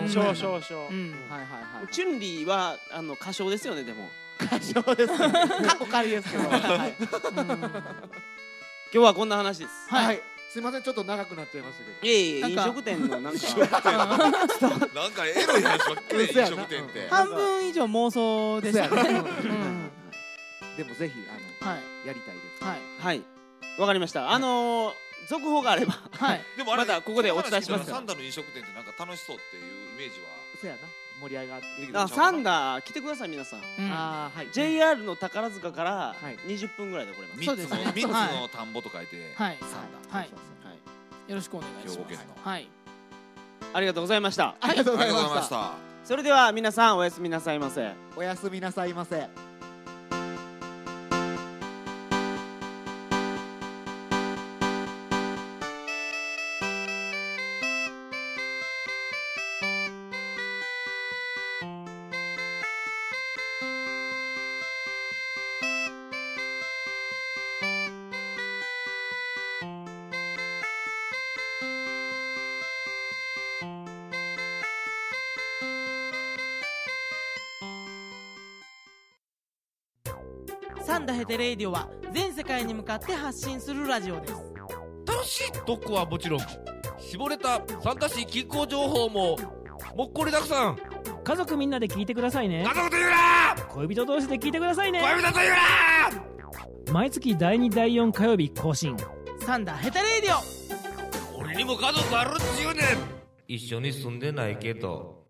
Speaker 5: うん少々少々
Speaker 2: ううん
Speaker 3: はいはいはい
Speaker 1: チュンリーはあの歌唱ですよねでも
Speaker 3: 過小ですね過去仮ですけどはい
Speaker 1: 今日はこんな話です
Speaker 2: はい
Speaker 3: はいすいませんちょっと長くなっちゃいましたけど
Speaker 1: いえいえ
Speaker 2: なん
Speaker 1: 飲
Speaker 2: か
Speaker 1: 食店の なんか
Speaker 4: なんかエロい話ばっかり
Speaker 3: 嘘
Speaker 4: 飲
Speaker 3: やな
Speaker 4: 食店って
Speaker 2: 半分以上妄想でした
Speaker 3: そうや
Speaker 2: ね
Speaker 3: な
Speaker 2: うん
Speaker 3: でもぜひあ
Speaker 2: はい
Speaker 3: のやりたいです
Speaker 2: はい
Speaker 1: はいわかりましたあのー、続報があれば
Speaker 2: はい
Speaker 4: でもあれ
Speaker 1: まだここでお伝えしますから
Speaker 4: サンダの飲食店ってなんか楽しそうっていうイメージは
Speaker 3: そうやな盛り上がっていく
Speaker 1: あサンダー来てください皆さん
Speaker 2: うん
Speaker 3: あーはい
Speaker 1: JR の宝塚から
Speaker 3: はい
Speaker 1: 20分ぐらいで来れます、
Speaker 4: 三
Speaker 2: そ
Speaker 4: つ
Speaker 2: うです
Speaker 4: の
Speaker 2: ね
Speaker 4: 三つ
Speaker 2: はい
Speaker 4: の田んぼと書いて
Speaker 2: はい
Speaker 4: サンダー
Speaker 1: は
Speaker 3: そうそうそう
Speaker 2: はい
Speaker 1: い、
Speaker 2: よろしくお願いし
Speaker 4: 兵庫
Speaker 2: ま
Speaker 4: 県
Speaker 2: す
Speaker 4: の
Speaker 2: はい
Speaker 1: ありがとうございました
Speaker 3: ありがとうご
Speaker 4: あ
Speaker 3: ざ
Speaker 4: り
Speaker 3: い
Speaker 4: がとうご
Speaker 3: ま
Speaker 4: ざいま
Speaker 3: し
Speaker 4: したた
Speaker 1: それでは皆さんおやすみなさいませ
Speaker 3: おやすみなさいませ
Speaker 2: サンダヘテレイディオは全世界に向かって発信するラジオです
Speaker 6: 楽しい特こはもちろん絞れた参加し気候情報ももっこりたくさん
Speaker 5: 家族みんなで聞いてくださいね
Speaker 6: 家族と言うな
Speaker 5: 恋人同士で聞いてくださいね
Speaker 6: 恋人と言うな
Speaker 5: 毎月第2第4火曜日更新
Speaker 2: サンダヘテレイディオ
Speaker 6: 俺にも家族あるっちゅうねん一緒に住んでないけど